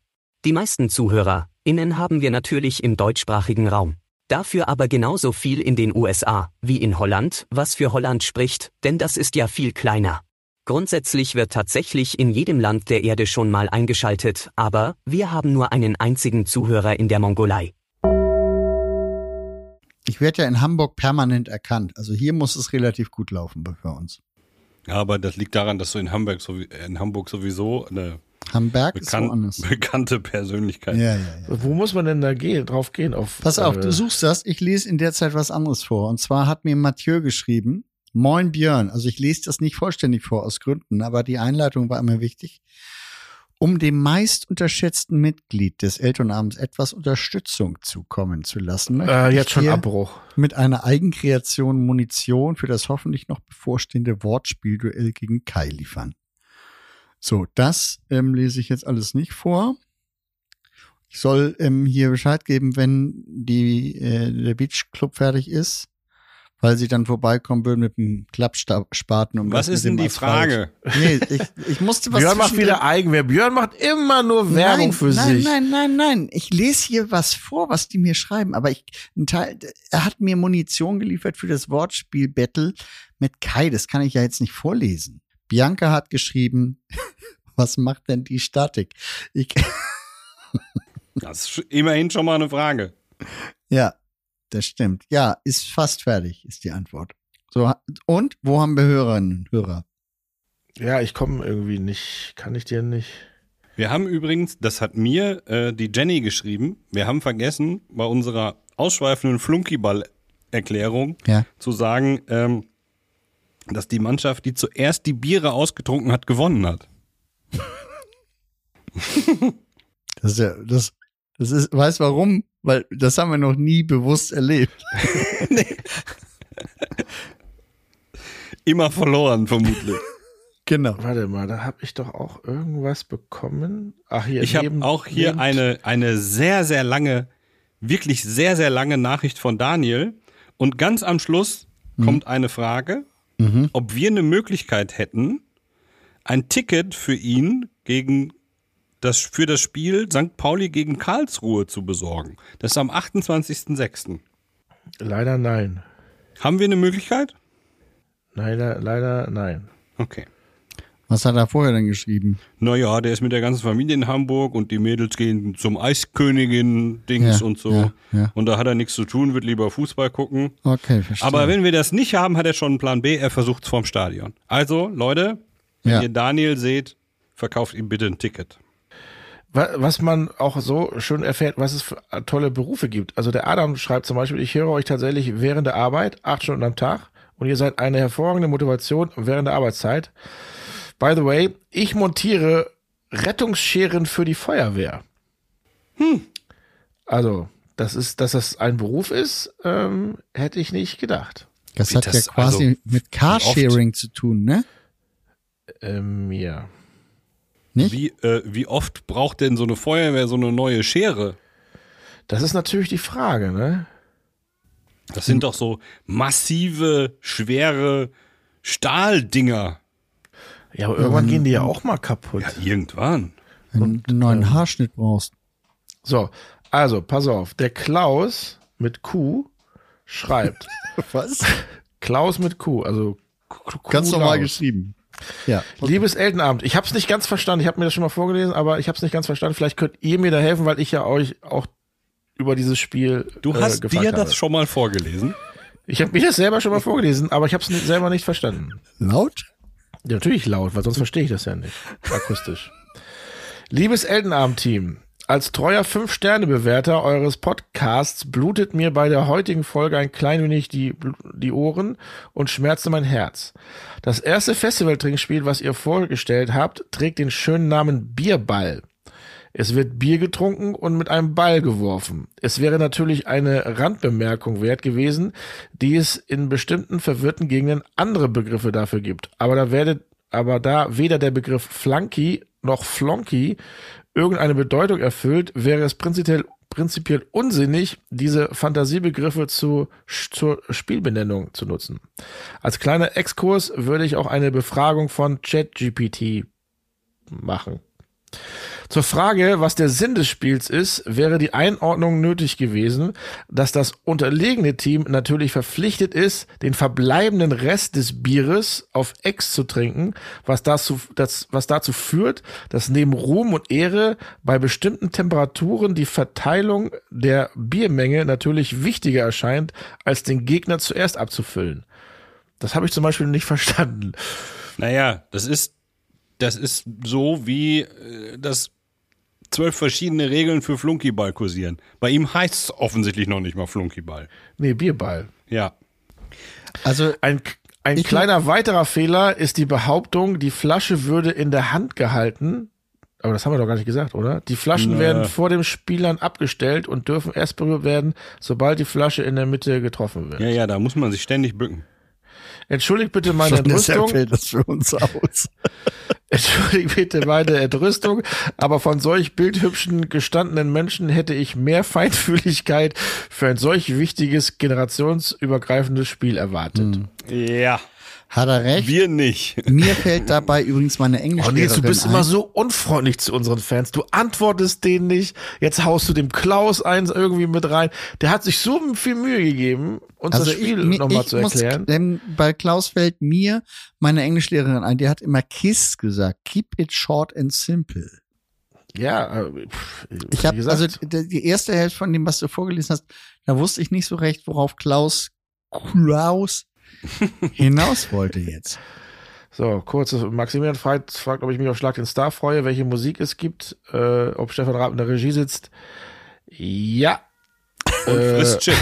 Speaker 5: Die meisten ZuhörerInnen haben wir natürlich im deutschsprachigen Raum. Dafür aber genauso viel in den USA wie in Holland, was für Holland spricht, denn das ist ja viel kleiner. Grundsätzlich wird tatsächlich in jedem Land der Erde schon mal eingeschaltet, aber wir haben nur einen einzigen Zuhörer in der Mongolei.
Speaker 4: Ich werde ja in Hamburg permanent erkannt. Also hier muss es relativ gut laufen bei uns.
Speaker 2: Ja, aber das liegt daran, dass du in Hamburg, sowie- in Hamburg sowieso eine
Speaker 4: Hamburg ist
Speaker 2: bekan
Speaker 4: woanders.
Speaker 2: bekannte Persönlichkeit
Speaker 4: Ja, ja, ja.
Speaker 3: Wo muss man denn da gehen, drauf gehen? Auf,
Speaker 4: Pass auf,
Speaker 3: äh,
Speaker 4: du suchst das. Ich lese in der Zeit was anderes vor. Und zwar hat mir Mathieu geschrieben, Moin Björn. Also ich lese das nicht vollständig vor aus Gründen, aber die Einleitung war immer wichtig. Um dem meist unterschätzten Mitglied des Elternabends etwas Unterstützung zukommen zu lassen. möchte
Speaker 3: äh,
Speaker 4: ich
Speaker 3: jetzt schon
Speaker 4: dir
Speaker 3: Abbruch.
Speaker 4: Mit einer Eigenkreation Munition für das hoffentlich noch bevorstehende Wortspielduell gegen Kai liefern. So, das ähm, lese ich jetzt alles nicht vor. Ich soll ähm, hier Bescheid geben, wenn die, äh, der Beach Club fertig ist, weil sie dann vorbeikommen würden mit dem Klappspaten. Um
Speaker 2: Was
Speaker 4: das mit
Speaker 2: ist denn
Speaker 4: dem
Speaker 2: die
Speaker 4: Asphalt- Nee, ich, ich musste was
Speaker 3: Björn macht
Speaker 4: zwischendrin-
Speaker 3: wieder Eigenwehr. Björn macht immer nur Werbung
Speaker 4: nein,
Speaker 3: für
Speaker 4: nein,
Speaker 3: sich.
Speaker 4: Nein, nein, nein. Ich lese hier was vor, was die mir schreiben. Aber ich, ein Teil, er hat mir Munition geliefert für das Wortspiel Battle mit Kai. Das kann ich ja jetzt nicht vorlesen. Bianca hat geschrieben, was macht denn die Statik? Ich,
Speaker 2: Das ist sch- immerhin schon mal eine Frage.
Speaker 4: ja, das stimmt. Ja, ist fast fertig, ist die Antwort. So, und wo haben wir Hörerinnen und Hörer?
Speaker 3: Ja, ich komme irgendwie nicht. Kann ich dir nicht.
Speaker 2: Wir haben übrigens, das hat mir äh, die Jenny geschrieben, wir haben vergessen, bei unserer ausschweifenden Flunkyball-Erklärung
Speaker 4: Ja.
Speaker 2: zu sagen, ähm, dass die Mannschaft, die zuerst die Biere ausgetrunken hat, gewonnen hat.
Speaker 4: Das ist ja, das, das ist, weiß warum? Weil das haben wir noch nie bewusst erlebt.
Speaker 2: Immer verloren, vermutlich.
Speaker 4: Genau.
Speaker 3: Warte mal, da habe ich doch auch irgendwas bekommen. Ach, hier
Speaker 2: Ich habe
Speaker 3: neben-
Speaker 2: auch hier
Speaker 3: neben-
Speaker 2: eine, eine sehr, sehr lange, wirklich sehr, sehr lange Nachricht von Daniel. Und ganz am Schluss kommt eine Frage, ob wir eine Möglichkeit hätten, ein Ticket für ihn gegen das, für das Spiel St. Pauli gegen Karlsruhe zu besorgen. Das ist am 28.06.
Speaker 3: Leider nein.
Speaker 2: Haben wir eine Möglichkeit?
Speaker 3: Leider, leider nein.
Speaker 2: Okay.
Speaker 4: Was hat er vorher denn geschrieben?
Speaker 2: Naja, der ist mit der ganzen Familie in Hamburg und die Mädels gehen zum Eiskönigin-Dings
Speaker 4: Ja,
Speaker 2: und so.
Speaker 4: ja, ja.
Speaker 2: Und da hat er nichts zu tun, wird lieber Fußball gucken.
Speaker 4: Okay, verstehe.
Speaker 2: Aber wenn wir das nicht haben, hat er schon einen Plan B. Er versucht es vorm Stadion. Also, Leute, wenn
Speaker 4: Ja.
Speaker 2: ihr Daniel seht, verkauft ihm bitte ein Ticket.
Speaker 3: Wa- Was man auch so schön erfährt, was es für tolle Berufe gibt. Also der Adam schreibt zum Beispiel, ich höre euch tatsächlich während der Arbeit, acht Stunden am Tag, und ihr seid eine hervorragende Motivation während der Arbeitszeit. By the way, ich montiere Rettungsscheren für die Feuerwehr. Hm.
Speaker 2: Hm.
Speaker 3: Also, das ist, dass das ein Beruf ist, ähm, hätte ich nicht gedacht.
Speaker 4: das
Speaker 2: Wie
Speaker 4: hat
Speaker 2: das-
Speaker 4: ja quasi
Speaker 2: also,
Speaker 4: mit Carsharing zu tun, ne?
Speaker 3: Ähm, ja.
Speaker 4: Nicht?
Speaker 2: Wie, äh, wie oft braucht denn so eine Feuerwehr so eine neue Schere?
Speaker 3: Das ist natürlich die Frage, ne?
Speaker 2: Das
Speaker 4: Hm.
Speaker 2: sind doch so massive, schwere Stahldinger.
Speaker 3: Ja, aber irgendwann gehen die ja auch mal kaputt.
Speaker 2: Ja, irgendwann.
Speaker 4: Wenn du einen neuen Haarschnitt brauchst.
Speaker 3: So, also, pass auf. Der Klaus mit Q schreibt.
Speaker 4: Was?
Speaker 3: Klaus mit Q, also K- Q
Speaker 4: Ganz normal
Speaker 3: Klaus.
Speaker 4: geschrieben. Ja.
Speaker 3: Liebes Eltenabend, ich habe es nicht ganz verstanden. Ich habe mir das schon mal vorgelesen, aber ich habe es nicht ganz verstanden. Vielleicht könnt ihr mir da helfen, weil ich ja euch auch über dieses Spiel
Speaker 2: Du hast
Speaker 3: äh,
Speaker 2: dir das
Speaker 3: schon.
Speaker 2: schon mal vorgelesen.
Speaker 3: Ich habe mir das selber schon mal vorgelesen, aber ich habe es selber nicht verstanden.
Speaker 4: Laut?
Speaker 3: Ja, natürlich laut, weil sonst verstehe ich das ja nicht. Akustisch. Liebes Eldenabend-Team, als treuer Fünf-Sterne-Bewerter eures Podcasts blutet mir bei der heutigen Folge ein klein wenig die, die Ohren und schmerzte mein Herz. Das erste Festival-Trinkspiel, was ihr vorgestellt habt, trägt den schönen Namen Bierball. Es wird Bier getrunken und mit einem Ball geworfen. Es wäre natürlich eine Randbemerkung wert gewesen, die es in bestimmten verwirrten Gegenden andere Begriffe dafür gibt. Aber da werdet, aber da weder der Begriff Flanky noch Flonky irgendeine Bedeutung erfüllt, wäre es prinzipiell prinzipiell unsinnig, diese Fantasiebegriffe zu, zur Spielbenennung zu nutzen. Als kleiner Exkurs würde ich auch eine Befragung von ChatGPT machen. Zur Frage, was der Sinn des Spiels ist, wäre die Einordnung nötig gewesen, dass das unterlegene Team natürlich verpflichtet ist, den verbleibenden Rest des Bieres auf Ex zu trinken, was dazu, das, was dazu führt, dass neben Ruhm und Ehre bei bestimmten Temperaturen die Verteilung der Biermenge natürlich wichtiger erscheint, als den Gegner zuerst abzufüllen. Das habe ich zum Beispiel nicht verstanden.
Speaker 2: Naja, das ist, das ist so wie äh, das zwölf verschiedene Regeln für Flunkyball kursieren. Bei ihm heißt es offensichtlich noch nicht mal Flunkyball.
Speaker 3: Nee, Bierball.
Speaker 2: Ja.
Speaker 4: Also,
Speaker 3: Ein, ein
Speaker 4: Ich-
Speaker 3: kleiner weiterer Fehler ist die Behauptung, die Flasche würde in der Hand gehalten. Aber das haben wir doch gar nicht gesagt, oder? Die Flaschen
Speaker 2: Nö.
Speaker 3: werden vor dem Spielern abgestellt und dürfen erst berührt werden, sobald die Flasche in der Mitte getroffen wird.
Speaker 2: Ja, ja, da muss man sich ständig bücken.
Speaker 3: Entschuldigt bitte meine
Speaker 4: schon deshalb
Speaker 3: Entrüstung.
Speaker 4: fällt das für uns aus.
Speaker 3: Entschuldigt bitte meine Entrüstung, aber von solch bildhübschen, gestandenen Menschen hätte ich mehr Feinfühligkeit für ein solch wichtiges, generationsübergreifendes Spiel erwartet.
Speaker 2: Ja.
Speaker 4: Hat er recht?
Speaker 2: Wir nicht.
Speaker 4: Mir fällt dabei übrigens meine
Speaker 3: Oh
Speaker 4: Englischlehrerin
Speaker 3: Nils, du bist
Speaker 4: ein.
Speaker 3: immer so unfreundlich zu unseren Fans. Du antwortest denen nicht. Jetzt haust du dem Klaus eins irgendwie mit rein. Der hat sich so viel Mühe gegeben, uns
Speaker 4: Also
Speaker 3: das Spiel
Speaker 4: mir-
Speaker 3: nochmal zu
Speaker 4: muss-
Speaker 3: erklären.
Speaker 4: denn bei Klaus fällt mir meine Englischlehrerin ein, die hat immer KISS gesagt. Keep it short and simple.
Speaker 3: ja, äh, pff,
Speaker 4: Ich
Speaker 3: wie
Speaker 4: habe
Speaker 3: gesagt,
Speaker 4: also d- die erste Hälfte von dem, was du vorgelesen hast, da wusste ich nicht so recht, worauf Klaus Klaus hinaus wollte jetzt.
Speaker 3: so kurzes. Maximilian fragt, fragt, ob ich mich auf Schlag den Star freue, welche Musik es gibt, äh, ob Stefan Raab in der Regie sitzt. Ja. Äh,
Speaker 4: Äh,
Speaker 2: Frisst Chips.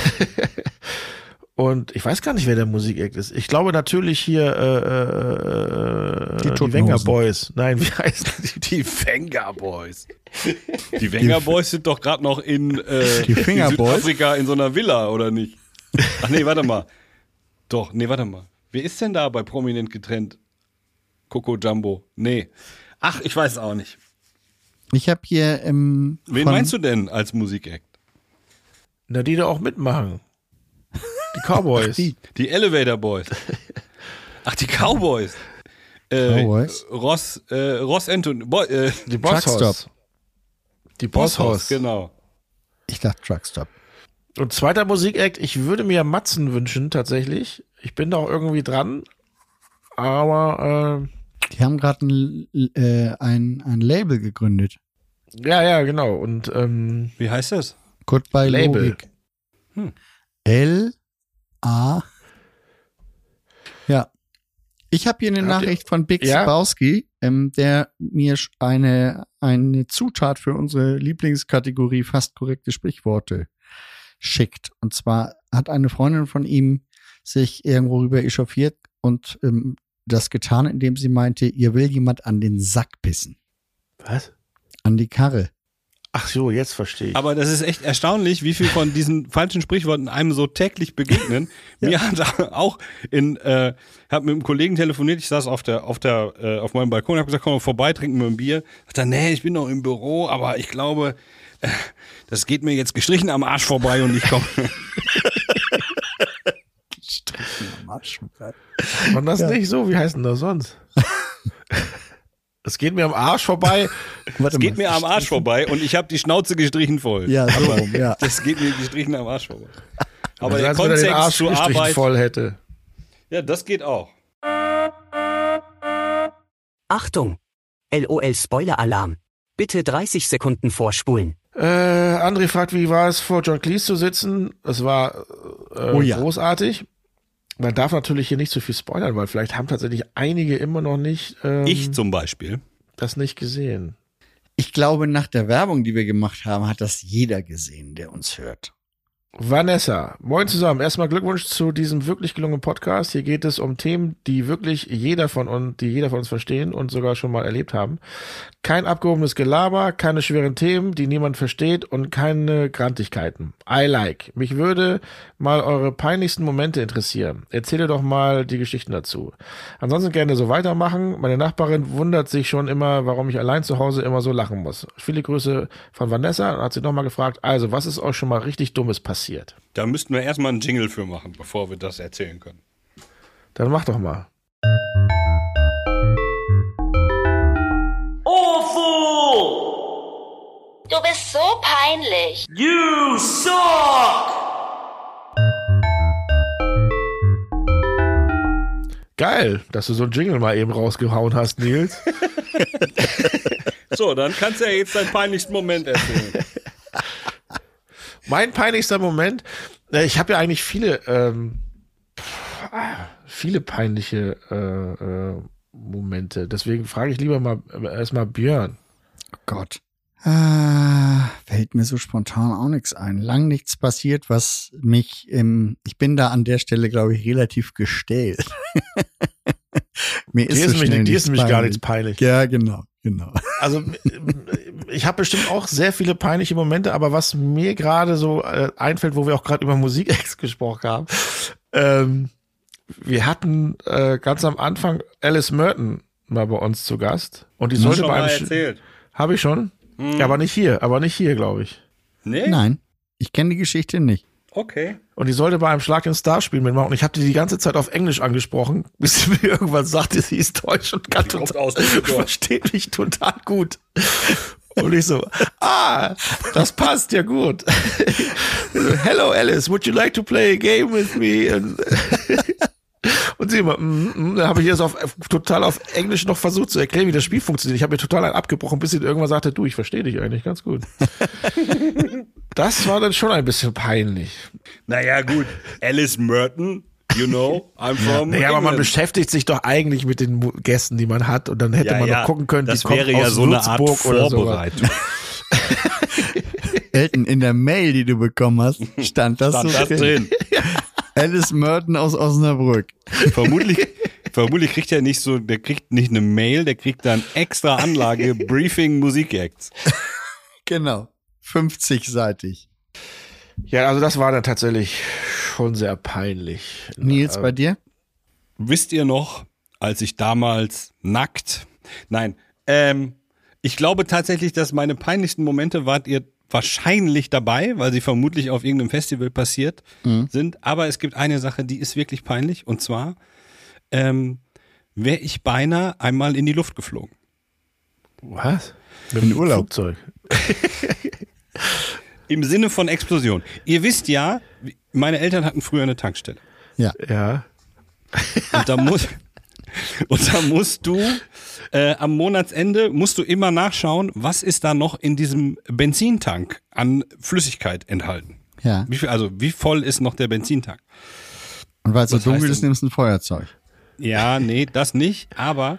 Speaker 3: Und ich weiß gar nicht, wer der Musikact ist. Ich glaube natürlich hier äh, äh, äh,
Speaker 4: Die Toten
Speaker 3: die Wenger
Speaker 4: Hosen.
Speaker 3: Boys. Nein, wie heißt die?
Speaker 2: Die Wenger Boys. Die Wenger Boys sind doch gerade noch in, äh,
Speaker 4: Die Finger
Speaker 2: in
Speaker 4: Boys?
Speaker 2: Südafrika in so einer Villa, oder nicht? Ach nee, warte mal. Doch, nee, warte mal. Wer ist denn da bei Prominent getrennt? Coco Jumbo. Nee. Ach, ich weiß auch nicht.
Speaker 4: Ich habe hier ähm,
Speaker 2: Wen
Speaker 4: von-
Speaker 2: meinst du denn als Musikact?
Speaker 3: Na, die da auch mitmachen. Die Cowboys.
Speaker 4: die.
Speaker 2: Die Elevator Boys. Ach, die Cowboys. Äh,
Speaker 4: Cowboys?
Speaker 2: Ross, äh, Ross Anton. Bo äh,
Speaker 3: die Boss
Speaker 4: Truckstop.
Speaker 3: Hoss. Die Boss Hoss.
Speaker 2: genau.
Speaker 4: Ich dachte Truckstop.
Speaker 3: Und zweiter Musikact, ich würde mir Matzen wünschen, tatsächlich. Ich bin da auch irgendwie dran. Aber,
Speaker 4: Die haben gerade ein, äh, ein, ein Label gegründet.
Speaker 3: äh, ja, ja, genau. Und, ähm,
Speaker 2: Wie heißt das?
Speaker 4: Goodbye
Speaker 3: Label.
Speaker 4: Logik. L A. Ja. Ich habe hier eine
Speaker 3: Habt ihr-
Speaker 4: Nachricht von Big
Speaker 3: Ja?
Speaker 4: Spowski, ähm, der mir sch- eine, eine Zutat für unsere Lieblingskategorie fast korrekte Sprichworte schickt. Und zwar hat eine Freundin von ihm sich irgendwo rüber echauffiert und ähm, das getan, indem sie meinte, ihr will jemand an den Sack pissen,
Speaker 3: was?
Speaker 4: an die Karre.
Speaker 3: Ach so, jetzt verstehe ich.
Speaker 2: Aber das ist echt erstaunlich, wie viel von diesen falschen Sprichworten einem so täglich begegnen. Mir hat auch in, äh, hab mit einem Kollegen telefoniert, ich saß auf der, auf der, äh, auf meinem Balkon, hab gesagt, komm mal vorbei, trinken wir ein Bier. Hat er, nee, ich bin noch im Büro, aber ich glaube, äh, das geht mir jetzt gestrichen am Arsch vorbei und ich komme.
Speaker 3: Man das nicht so, wie heißt denn das sonst? Es geht mir am Arsch vorbei.
Speaker 4: Warte
Speaker 2: Geht mir am Arsch vorbei und ich habe die Schnauze gestrichen voll. Also,
Speaker 4: Ja, so rum, ja.
Speaker 2: Das geht mir gestrichen am Arsch vorbei. Aber der
Speaker 3: Als wenn er den
Speaker 2: Kontext
Speaker 3: Arsch
Speaker 2: zur
Speaker 3: gestrichen
Speaker 2: Arbeit,
Speaker 3: voll hätte.
Speaker 2: ja, das geht auch.
Speaker 5: Achtung! LOL Spoiler-Alarm. Bitte 30 Sekunden vorspulen.
Speaker 3: Äh, André fragt, wie war es, vor John Cleese zu sitzen? Es war äh,
Speaker 4: Oh ja.
Speaker 3: großartig. Man darf natürlich hier nicht zu viel spoilern, weil vielleicht haben tatsächlich einige immer noch nicht ähm,
Speaker 2: Ich zum Beispiel.
Speaker 3: das nicht gesehen.
Speaker 4: Ich glaube, nach der Werbung, die wir gemacht haben, hat das jeder gesehen, der uns hört.
Speaker 3: Vanessa, moin zusammen. Erstmal Glückwunsch zu diesem wirklich gelungenen Podcast. Hier geht es um Themen, die wirklich jeder von uns, die jeder von uns verstehen und sogar schon mal erlebt haben. Kein abgehobenes Gelaber, keine schweren Themen, die niemand versteht und keine Grantigkeiten. I like. Mich würde mal eure peinlichsten Momente interessieren. Erzähle doch mal die Geschichten dazu. Ansonsten gerne so weitermachen. Meine Nachbarin wundert sich schon immer, warum ich allein zu Hause immer so lachen muss. Viele Grüße von Vanessa und hat sie nochmal gefragt, also was ist euch schon mal richtig Dummes passiert?
Speaker 2: Da müssten wir erstmal einen Jingle für machen, bevor wir das erzählen können.
Speaker 3: Dann mach doch mal.
Speaker 6: Awful!
Speaker 7: Du bist so peinlich.
Speaker 6: You suck!
Speaker 3: Geil, dass du so einen Jingle mal eben rausgehauen hast, Nils.
Speaker 2: So, dann kannst du ja jetzt deinen peinlichsten Moment erzählen.
Speaker 3: mein peinlichster Moment, äh, ich habe ja eigentlich viele, ähm, pff, ah, viele peinliche äh, äh, Momente. Deswegen frage ich lieber mal äh, erstmal Björn.
Speaker 4: Oh Gott. Ah, fällt mir so spontan auch nichts ein. Lang nichts passiert, was mich im. Ich bin da an der Stelle, glaube ich, relativ gestählt. mir
Speaker 3: Dir ist,
Speaker 4: so
Speaker 3: mich,
Speaker 4: schnell
Speaker 3: dir ist nämlich gar
Speaker 4: peinlich.
Speaker 3: nichts peinlich.
Speaker 4: Ja, genau, genau.
Speaker 3: Also ich habe bestimmt auch sehr viele peinliche Momente, aber was mir gerade so äh, einfällt, wo wir auch gerade über Musik gesprochen haben, ähm, wir hatten äh, ganz am Anfang Alice Merton mal bei uns zu Gast und die sollte
Speaker 2: Schon
Speaker 3: bei
Speaker 2: mal
Speaker 3: einem Sch-
Speaker 2: erzählt.
Speaker 3: habe ich schon, ja, aber nicht hier, aber nicht hier, glaube ich.
Speaker 2: Nee?
Speaker 4: Nein, ich kenne die Geschichte nicht.
Speaker 2: Okay.
Speaker 3: Und die sollte bei einem Schlag den Star spielen mitmachen. Und ich habe die die ganze Zeit auf Englisch angesprochen, bis sie mir irgendwann sagte, sie ist deutsch und kann
Speaker 2: kommt
Speaker 3: total,
Speaker 2: aus Düsseldorf.
Speaker 3: versteht mich total gut. Und ich so, ah, das passt ja gut. Hello Alice, would you like to play a game with me? Und, und sie immer, mm, mm, dann habe ich ihr das auf, total auf Englisch noch versucht zu erklären, wie das Spiel funktioniert. Ich habe ihr total einen abgebrochen, bis sie irgendwann sagte, du, ich verstehe dich eigentlich ganz gut. Das war dann schon ein bisschen peinlich.
Speaker 2: Naja, gut. Alice Merton, you know, I'm from.
Speaker 3: Naja, aber man
Speaker 2: England.
Speaker 3: beschäftigt sich doch eigentlich mit den Mu- Gästen, die man hat, und dann hätte man noch gucken können,
Speaker 2: das
Speaker 3: die kommt
Speaker 2: wäre ja
Speaker 3: aus
Speaker 2: so eine Art
Speaker 3: Würzburg oder sowas.
Speaker 2: Vorbereitung.
Speaker 4: Elton, in der Mail, die du bekommen hast, stand das
Speaker 2: Stand
Speaker 4: so
Speaker 2: das drin.
Speaker 4: Alice Merton aus Osnabrück.
Speaker 2: Vermutlich, vermutlich kriegt er nicht so, der kriegt nicht eine Mail, der kriegt dann extra Anlage Briefing Musikacts.
Speaker 4: Genau. 50-seitig.
Speaker 3: Ja, also das war dann tatsächlich schon sehr peinlich.
Speaker 4: Nils, bei dir?
Speaker 2: Wisst ihr noch, als ich damals nackt, nein, ähm, ich glaube tatsächlich, dass meine peinlichsten Momente wart ihr wahrscheinlich dabei, weil sie vermutlich auf irgendeinem Festival passiert sind. Aber es gibt eine Sache, die ist wirklich peinlich und zwar ähm, wäre ich beinahe einmal in die Luft geflogen.
Speaker 3: Was? Mit dem
Speaker 4: Urlaub.
Speaker 3: Flugzeug.
Speaker 2: Im Sinne von Explosion. Ihr wisst ja, meine Eltern hatten früher eine Tankstelle.
Speaker 4: Ja.
Speaker 3: Ja.
Speaker 2: Und da, muss, und da musst du äh, am Monatsende musst du immer nachschauen, was ist da noch in diesem Benzintank an Flüssigkeit enthalten.
Speaker 4: Ja.
Speaker 2: Wie viel, also wie voll ist noch der Benzintank?
Speaker 4: Und weil es so
Speaker 2: Was heißt
Speaker 4: dunkel ist,
Speaker 2: denn?
Speaker 4: nimmst du ein Feuerzeug.
Speaker 2: Ja, nee, das nicht. Aber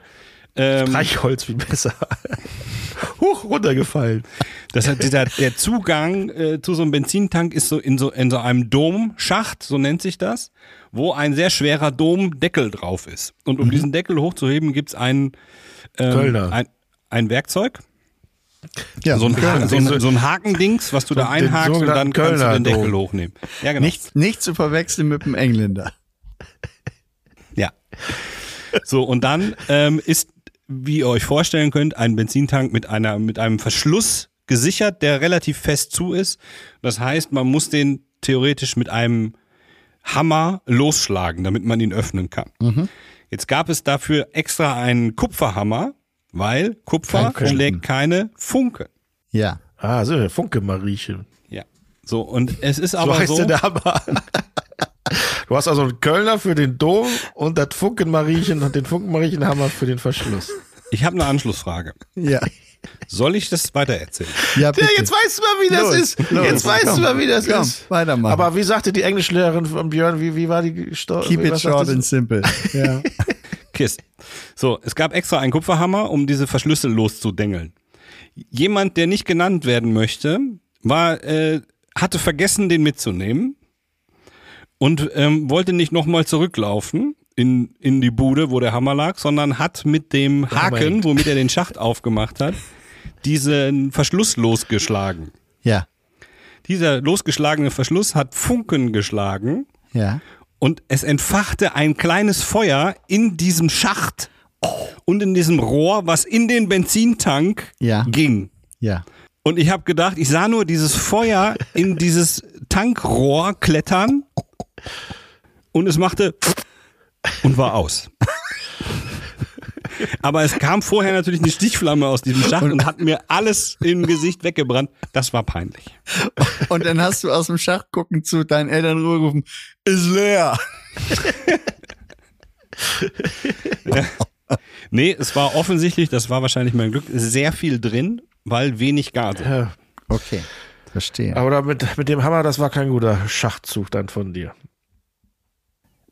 Speaker 2: ähm,
Speaker 3: Reichholz wie besser. Huch, runtergefallen.
Speaker 2: das hat dieser, der Zugang äh, zu so einem Benzintank ist so in so in so einem Domschacht, so nennt sich das, wo ein sehr schwerer Domdeckel drauf ist. Und um diesen Deckel hochzuheben, gibt's einen ähm,
Speaker 3: Kölner.
Speaker 2: Ein, ein Werkzeug.
Speaker 4: Ja,
Speaker 2: so, ein ha so, ein, so ein Hakendings, was du da
Speaker 3: den
Speaker 2: einhakst und dann
Speaker 3: sogenannten
Speaker 2: kannst du den
Speaker 3: Kölner
Speaker 2: Deckel
Speaker 3: Dom.
Speaker 2: hochnehmen. Ja, genau.
Speaker 4: nicht, nicht zu verwechseln mit dem Engländer.
Speaker 2: Ja. So, und dann ähm, ist, wie ihr euch vorstellen könnt, ein Benzintank mit, einer, mit einem Verschluss gesichert, der relativ fest zu ist. Das heißt, man muss den theoretisch mit einem Hammer losschlagen, damit man ihn öffnen kann.
Speaker 3: Mhm.
Speaker 2: Jetzt gab es dafür extra einen Kupferhammer, weil Kupfer
Speaker 4: Kein Funken.
Speaker 2: schlägt keine Funken.
Speaker 4: Ja.
Speaker 3: Ah, so, Funke Mariechen.
Speaker 2: Ja. So, und es ist
Speaker 3: So
Speaker 2: aber
Speaker 3: heißt
Speaker 2: so
Speaker 3: der Hammer. Du hast also einen Kölner für den Dom und das Funken Mariechen und den Funken Mariechenhammer für den Verschluss.
Speaker 2: Ich habe eine Anschlussfrage.
Speaker 4: Ja.
Speaker 2: Soll ich das weitererzählen?
Speaker 4: Ja,
Speaker 3: Ja,
Speaker 4: bitte.
Speaker 3: jetzt weißt du mal, wie das
Speaker 4: Los,
Speaker 3: ist.
Speaker 4: los,
Speaker 3: jetzt weißt
Speaker 4: komm,
Speaker 3: du mal, wie das
Speaker 4: komm,
Speaker 3: ist.
Speaker 4: weitermachen.
Speaker 3: Aber wie sagte die Englischlehrerin von Björn, wie, wie war die Story?
Speaker 4: Keep it short and simple. Ja.
Speaker 2: Kiss. So, es gab extra einen Kupferhammer, um diese Verschlüsse loszudengeln. Jemand, der nicht genannt werden möchte, war, äh, hatte vergessen, den mitzunehmen und ähm, wollte nicht nochmal zurücklaufen in, in die Bude, wo der Hammer lag, sondern hat mit dem Haken, womit er den Schacht aufgemacht hat, diesen Verschluss losgeschlagen.
Speaker 4: ja.
Speaker 2: Dieser losgeschlagene Verschluss hat Funken geschlagen
Speaker 4: Ja.
Speaker 2: und es entfachte ein kleines Feuer in diesem Schacht und in diesem Rohr, was in den Benzintank
Speaker 4: Ja.
Speaker 2: ging.
Speaker 4: Ja.
Speaker 2: Und ich habe gedacht, ich sah nur dieses Feuer in dieses Tankrohr klettern und es machte und war aus. Aber es kam vorher natürlich eine Stichflamme aus diesem Schacht und hat mir alles im Gesicht weggebrannt. Das war peinlich.
Speaker 4: Und dann hast du aus dem Schacht gucken zu deinen Eltern rübergerufen, ist leer.
Speaker 2: Nee, es war offensichtlich, das war wahrscheinlich mein Glück, sehr viel drin, weil wenig Gase.
Speaker 4: Okay. Verstehe.
Speaker 3: Aber da mit, mit dem Hammer, das war kein guter Schachzug dann von dir.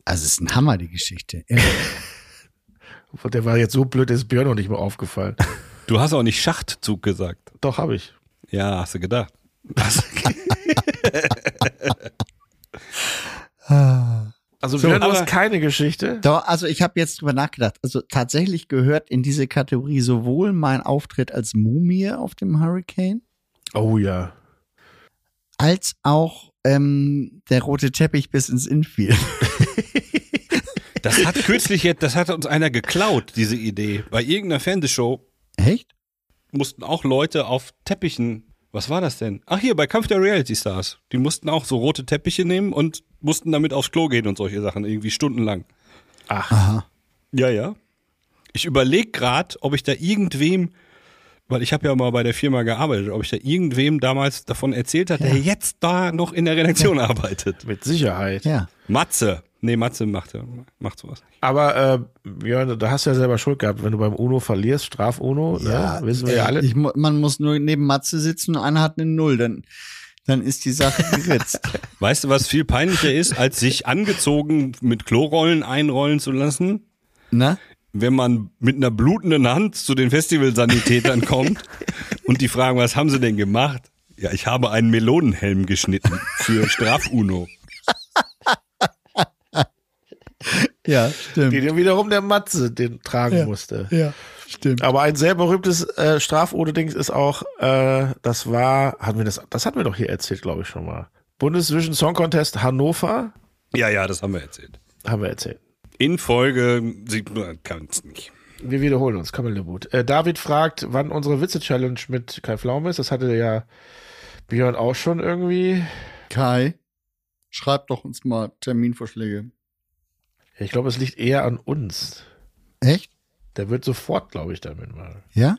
Speaker 4: Also es ist ein Hammer, die Geschichte. Ehrlich.
Speaker 3: Der war jetzt so blöd, ist Björn noch nicht mehr aufgefallen.
Speaker 2: Du hast auch nicht Schachtzug gesagt.
Speaker 3: Doch, habe ich.
Speaker 2: Ja, hast du gedacht. Hast-
Speaker 3: Also Björn, du
Speaker 2: aber-
Speaker 3: hast keine Geschichte.
Speaker 4: Doch, also ich habe jetzt drüber nachgedacht. Also tatsächlich gehört in diese Kategorie sowohl mein Auftritt als Mumie auf dem Hurricane,
Speaker 3: Oh ja.
Speaker 4: als auch ähm, der rote Teppich bis ins Infield.
Speaker 2: das hat kürzlich jetzt, das hat uns einer geklaut, diese Idee. Bei irgendeiner Fernsehshow
Speaker 4: Echt?
Speaker 2: mussten auch Leute auf Teppichen. Was war das denn? Ach hier, bei Kampf der Reality Stars. Die mussten auch so rote Teppiche nehmen und mussten damit aufs Klo gehen und solche Sachen, irgendwie stundenlang.
Speaker 4: Aha.
Speaker 2: Ja, ja. Ich überlege gerade, ob ich da irgendwem, weil ich habe ja mal bei der Firma gearbeitet, ob ich da irgendwem damals davon erzählt hat, der jetzt da noch in der Redaktion arbeitet.
Speaker 3: Mit Sicherheit.
Speaker 4: Ja.
Speaker 2: Matze. Nee, Matze macht, ja- macht sowas.
Speaker 3: Aber äh, Björn, da hast du ja selber Schuld gehabt, wenn du beim UNO verlierst, Straf-UNO, ne? wissen wir ja
Speaker 4: ey,
Speaker 3: alle.
Speaker 4: Ich, mu- man muss nur neben Matze sitzen und einer hat eine Null, dann, dann ist die Sache geritzt.
Speaker 2: Weißt du, was viel peinlicher ist, als sich angezogen mit Klorollen einrollen zu lassen?
Speaker 4: Na?
Speaker 2: Wenn man mit einer blutenden Hand zu den Festivalsanitätern kommt und die fragen, was haben sie denn gemacht? Ja, ich habe einen Melonenhelm geschnitten für Straf-UNO.
Speaker 4: Ja, stimmt.
Speaker 3: Den wiederum der Matze den tragen
Speaker 4: Ja.
Speaker 3: musste.
Speaker 4: ja, stimmt.
Speaker 3: Aber ein sehr berühmtes äh, Strafodedings ist auch, äh, das war, hatten wir das, das hatten wir doch hier erzählt, glaube ich schon mal. Bundesvision Song Contest Hannover,
Speaker 2: Ja, ja, das haben wir erzählt.
Speaker 3: haben wir erzählt.
Speaker 2: In Folge sieht man kann's nicht.
Speaker 3: Wir wiederholen uns, Kamelebut. Äh, David fragt, wann unsere Witze-Challenge mit Kai Pflaume ist. Das hatte ja Björn auch schon irgendwie.
Speaker 4: Kai, schreib doch uns mal Terminvorschläge.
Speaker 3: Ich glaube, es liegt eher an uns.
Speaker 4: Echt?
Speaker 3: Der wird sofort, glaube ich, damit mal.
Speaker 4: Ja?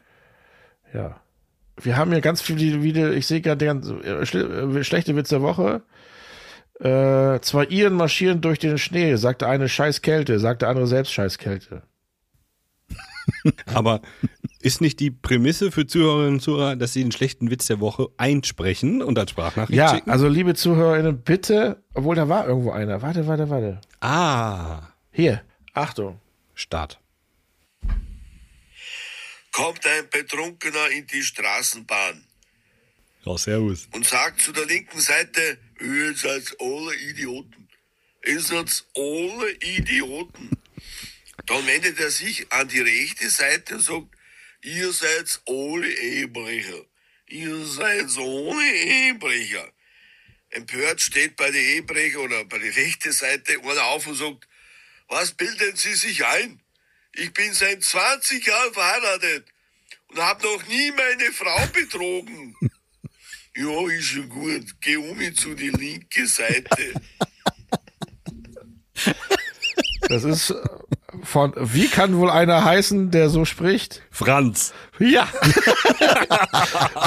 Speaker 3: Ja. Wir haben hier ganz viele, wieder, ich sehe gerade ganz äh, schle- äh, schlechte Witz der Woche. Äh, zwei Iren marschieren durch den Schnee, sagt der eine scheiß Kälte, sagt der andere selbst scheiß Kälte.
Speaker 2: Aber ist nicht die Prämisse für Zuhörerinnen und Zuhörer, dass sie den schlechten Witz der Woche einsprechen und als Sprachnachricht
Speaker 3: Ja,
Speaker 2: schicken?
Speaker 3: also liebe Zuhörerinnen, bitte, obwohl da war irgendwo einer. Warte, warte, warte.
Speaker 2: Ah,
Speaker 3: Hier, Achtung.
Speaker 2: Start.
Speaker 8: kommt ein Betrunkener in die Straßenbahn
Speaker 2: Ja, servus.
Speaker 8: und sagt zu der linken Seite, ihr seid alle Idioten. Ihr seid alle Idioten. Dann wendet er sich an die rechte Seite und sagt, ihr seid alle Ehebrecher. Ihr seid alle Ehebrecher. Empört steht bei den Ehebrecher oder bei der rechten Seite einer auf und sagt, was bilden Sie sich ein? Ich bin seit 20 Jahren verheiratet und habe noch nie meine Frau betrogen. Ja, ist schon gut. Geh um zu die linke Seite.
Speaker 3: Das ist äh, von, wie kann wohl einer heißen, der so spricht?
Speaker 2: Franz.
Speaker 3: Ja.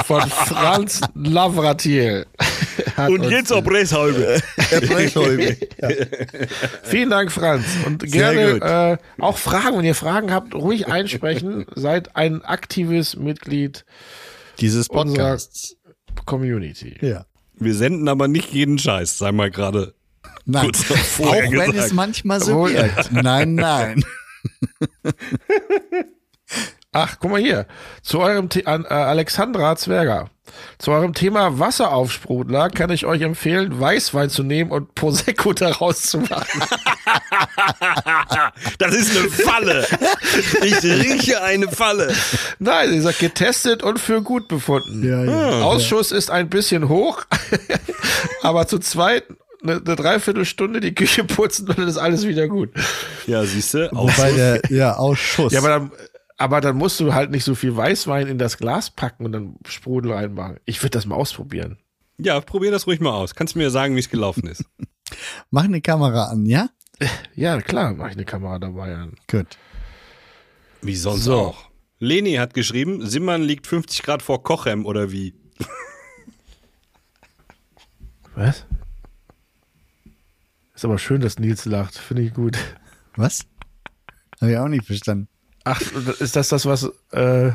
Speaker 3: von Franz Lavratiel.
Speaker 9: hat uns die-
Speaker 2: Presshalbe.
Speaker 4: Herr Brechholbe.
Speaker 3: Vielen Dank, Franz. Und
Speaker 4: Sehr gut.
Speaker 3: gerne äh, auch Fragen, wenn ihr Fragen habt, ruhig einsprechen. Seid ein aktives Mitglied
Speaker 4: Dieses
Speaker 3: unserer
Speaker 4: Podcast.
Speaker 3: Community.
Speaker 4: Ja.
Speaker 2: Wir senden aber nicht jeden Scheiß, sei mal gerade.
Speaker 4: Nein.
Speaker 2: Kurz davor
Speaker 4: Auch wenn
Speaker 2: gesagt.
Speaker 4: es manchmal so
Speaker 3: Jawohl.
Speaker 4: wirkt. Nein, nein.
Speaker 3: Ach, guck mal hier. Zu eurem The an, äh, Alexandra Zwerger. Zu eurem Thema Wasseraufsprudler kann ich euch empfehlen, Weißwein zu nehmen und Prosecco daraus zu machen.
Speaker 2: Das ist eine Falle. Ich rieche eine Falle.
Speaker 3: Nein, sie sagt, getestet und für gut befunden. Hm.
Speaker 4: Ja, ja.
Speaker 3: Ausschuss ist ein bisschen hoch, aber zu zweit eine, eine Dreiviertelstunde die Küche putzen und dann ist alles wieder gut.
Speaker 2: Ja, siehst du,
Speaker 4: Wobei der, ja, Ausschuss.
Speaker 3: Ja, aber dann, aber dann musst du halt nicht so viel Weißwein in das Glas packen und dann Sprudel reinmachen. Ich würde das mal ausprobieren.
Speaker 2: Ja, probier das ruhig mal aus. Kannst du mir sagen, wie es gelaufen ist?
Speaker 4: Mach eine Kamera an, ja?
Speaker 3: Ja, klar, mache ich eine Kamera dabei an.
Speaker 4: Gut.
Speaker 2: Wie sonst auch. Leni hat geschrieben, Simmern liegt 50 Grad vor Kochem oder wie?
Speaker 3: Was? Ist aber schön, dass Nils lacht. Finde ich gut.
Speaker 4: Was? Habe ich auch nicht verstanden.
Speaker 3: Ach, ist das das, was äh,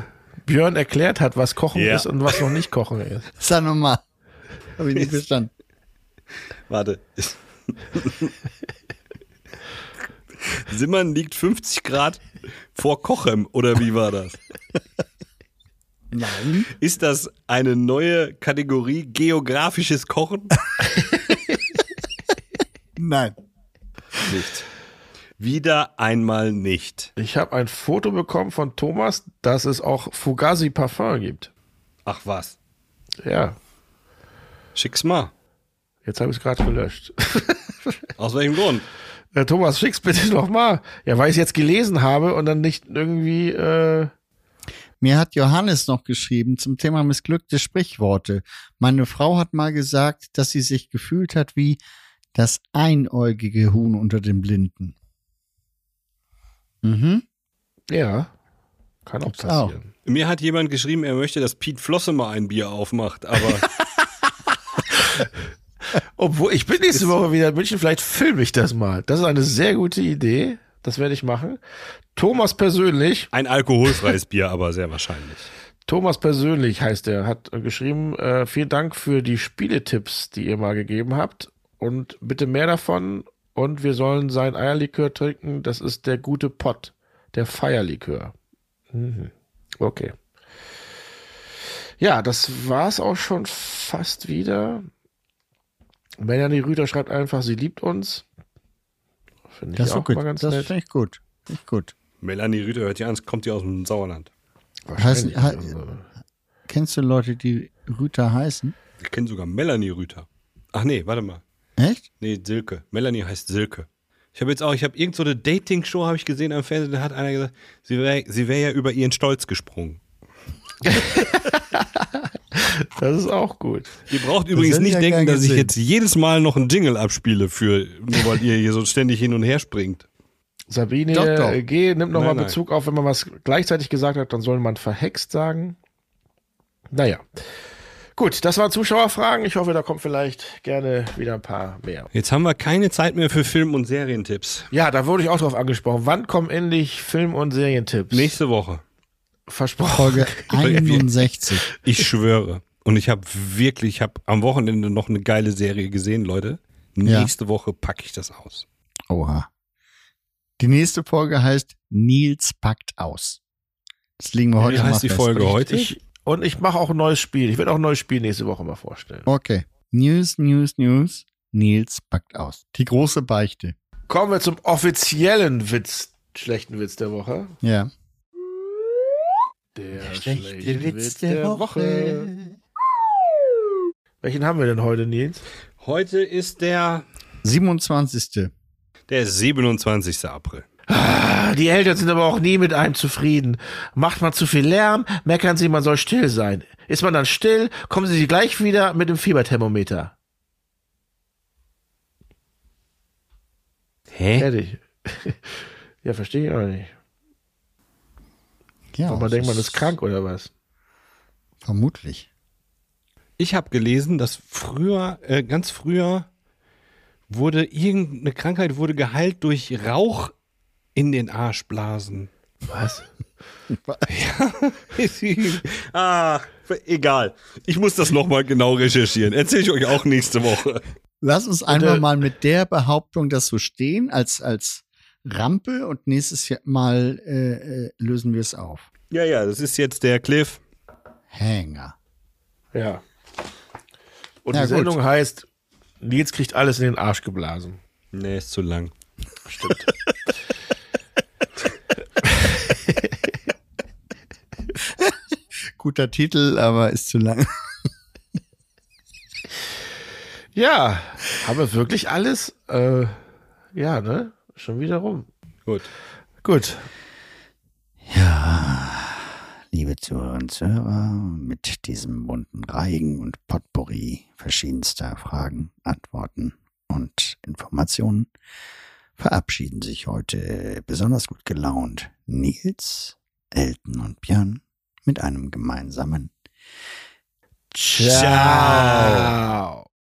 Speaker 3: Björn erklärt hat, was Kochen
Speaker 2: Ja.
Speaker 3: ist und was noch nicht Kochen ist?
Speaker 4: Sag nochmal. Habe ich nicht verstanden.
Speaker 2: Warte. Simmern liegt 50 Grad vor Kochem oder wie war das?
Speaker 4: Nein.
Speaker 2: Ist das eine neue Kategorie geografisches Kochen?
Speaker 4: Nein.
Speaker 2: Nicht. Wieder einmal nicht.
Speaker 3: Ich habe ein Foto bekommen von Thomas, dass es auch Fugazi Parfum gibt.
Speaker 2: Ach was.
Speaker 3: Ja,
Speaker 2: Schick's mal.
Speaker 3: jetzt habe ich es gerade gelöscht.
Speaker 2: Aus welchem Grund?
Speaker 3: Äh, Thomas, schick's bitte nochmal. Ja, weil ich es jetzt gelesen habe und dann nicht irgendwie. Äh,
Speaker 4: Mir hat Johannes noch geschrieben zum Thema missglückte Sprichworte. Meine Frau hat mal gesagt, dass sie sich gefühlt hat wie das einäugige Huhn unter den Blinden. Mhm.
Speaker 3: ja, kann auch
Speaker 4: Gibt's auch.
Speaker 3: passieren.
Speaker 2: Mir hat jemand geschrieben, er möchte, dass Piet Flosse mal ein Bier aufmacht, aber
Speaker 3: Obwohl, ich bin nächste Woche wieder in München, vielleicht filme ich das mal. Das ist eine sehr gute Idee. Das werde ich machen. Thomas persönlich,
Speaker 2: ein alkoholfreies Bier aber sehr wahrscheinlich.
Speaker 3: Thomas persönlich heißt er, hat äh, geschrieben, äh, vielen Dank für die Spieletipps, die ihr mal gegeben habt und bitte mehr davon und wir sollen sein Eierlikör trinken, das ist der gute Pott, der Feierlikör. Mhm. Okay. Ja, das war's auch schon fast wieder. Melanie Rüder schreibt einfach, sie liebt uns. Finde ich
Speaker 4: Das ist
Speaker 3: auch
Speaker 4: gut.
Speaker 3: mal ganz
Speaker 4: Das
Speaker 3: nett.
Speaker 4: finde ich gut. Finde ich gut.
Speaker 2: Melanie Rüther hört ja an, es kommt ja aus dem Sauerland.
Speaker 3: Wahrscheinlich.
Speaker 4: Heißt-
Speaker 3: Also,
Speaker 4: Kennst du Leute, die Rüter heißen?
Speaker 2: Wir kennen sogar Melanie Rüther. Ach nee, warte mal.
Speaker 4: Echt?
Speaker 2: Nee, Silke. Melanie heißt Silke. Ich habe jetzt auch, ich habe irgend so eine Dating-Show habe ich gesehen am Fernsehen, da hat einer gesagt, sie wäre sie wär ja über ihren Stolz gesprungen.
Speaker 3: Das ist auch gut.
Speaker 2: Ihr braucht übrigens
Speaker 4: hätte ich
Speaker 2: nicht
Speaker 4: ja
Speaker 2: denken,
Speaker 4: gern
Speaker 2: dass ich
Speaker 4: gesehen.
Speaker 2: jetzt jedes Mal noch einen Jingle abspiele für, nur weil ihr hier so ständig hin und her springt.
Speaker 3: Sabine
Speaker 4: Doch, doch.
Speaker 3: äh, G. nimmt nochmal
Speaker 2: Nein, nein.
Speaker 3: Bezug auf, wenn man was gleichzeitig gesagt hat, dann soll man verhext sagen. Naja. Gut, das waren Zuschauerfragen. Ich hoffe, da kommt vielleicht gerne wieder ein paar mehr.
Speaker 2: Jetzt haben wir keine Zeit mehr für Film- und Serientipps.
Speaker 3: Ja, da wurde ich auch drauf angesprochen. Wann kommen endlich Film- und Serientipps?
Speaker 2: Nächste Woche.
Speaker 3: Versprochen.
Speaker 4: Folge 61.
Speaker 2: Ich schwöre. Und ich habe wirklich, ich habe am Wochenende noch eine geile Serie gesehen, Leute.
Speaker 4: Ja.
Speaker 2: Nächste Woche packe ich das aus.
Speaker 4: Oha. Die nächste Folge heißt Nils packt aus. Das legen wir heute
Speaker 2: Wie
Speaker 4: mal
Speaker 2: heißt die
Speaker 4: fest.
Speaker 2: Folge heute?
Speaker 3: Ich, und ich mache auch ein neues Spiel. Ich werde auch ein neues Spiel nächste Woche mal vorstellen.
Speaker 4: Okay. News, News, News. Nils packt aus. Die große Beichte.
Speaker 3: Kommen wir zum offiziellen Witz, schlechten Witz der Woche.
Speaker 4: Ja.
Speaker 3: Der, schlechte Witz der, Woche. Welchen haben wir denn heute, Nils?
Speaker 2: Heute ist der,
Speaker 4: 27.
Speaker 2: der 27. April.
Speaker 3: Die Eltern sind aber auch nie mit einem zufrieden. Macht man zu viel Lärm, meckern sie, man soll still sein. Ist man dann still, kommen sie gleich wieder mit dem Fieberthermometer.
Speaker 2: Hä?
Speaker 3: Fertig. ja, verstehe ich auch nicht.
Speaker 4: Ja.
Speaker 3: Aber man
Speaker 4: das
Speaker 3: denkt, man ist krank oder was?
Speaker 4: Vermutlich.
Speaker 2: Ich habe gelesen, dass früher, äh, ganz früher, wurde irgendeine Krankheit wurde geheilt durch Rauch in den Arschblasen.
Speaker 3: Was?
Speaker 2: Ach, Ah, egal. Ich muss das nochmal genau recherchieren. Erzähle ich euch auch nächste Woche.
Speaker 4: Lass uns einfach
Speaker 3: äh,
Speaker 4: mal mit der Behauptung das so stehen, als, als Rampe und nächstes Jahr mal äh, äh, lösen wir es auf.
Speaker 2: Ja, ja, das ist jetzt der Cliff.
Speaker 4: Hänger.
Speaker 3: Ja. Und
Speaker 4: Na
Speaker 3: die
Speaker 4: gut.
Speaker 3: Sendung heißt, Nils kriegt alles in den Arsch geblasen.
Speaker 2: Nee, ist zu lang.
Speaker 4: Guter Titel, aber ist zu lang.
Speaker 3: Ja, haben wir wirklich alles? Äh, ja, ne? Schon wieder rum.
Speaker 2: Gut.
Speaker 3: Gut.
Speaker 4: Liebe Zuhörerinnen und Zuhörer, mit diesem bunten Reigen und Potpourri verschiedenster Fragen, Antworten und Informationen verabschieden sich heute besonders gut gelaunt Nils, Elton und Björn mit einem gemeinsamen
Speaker 3: Ciao.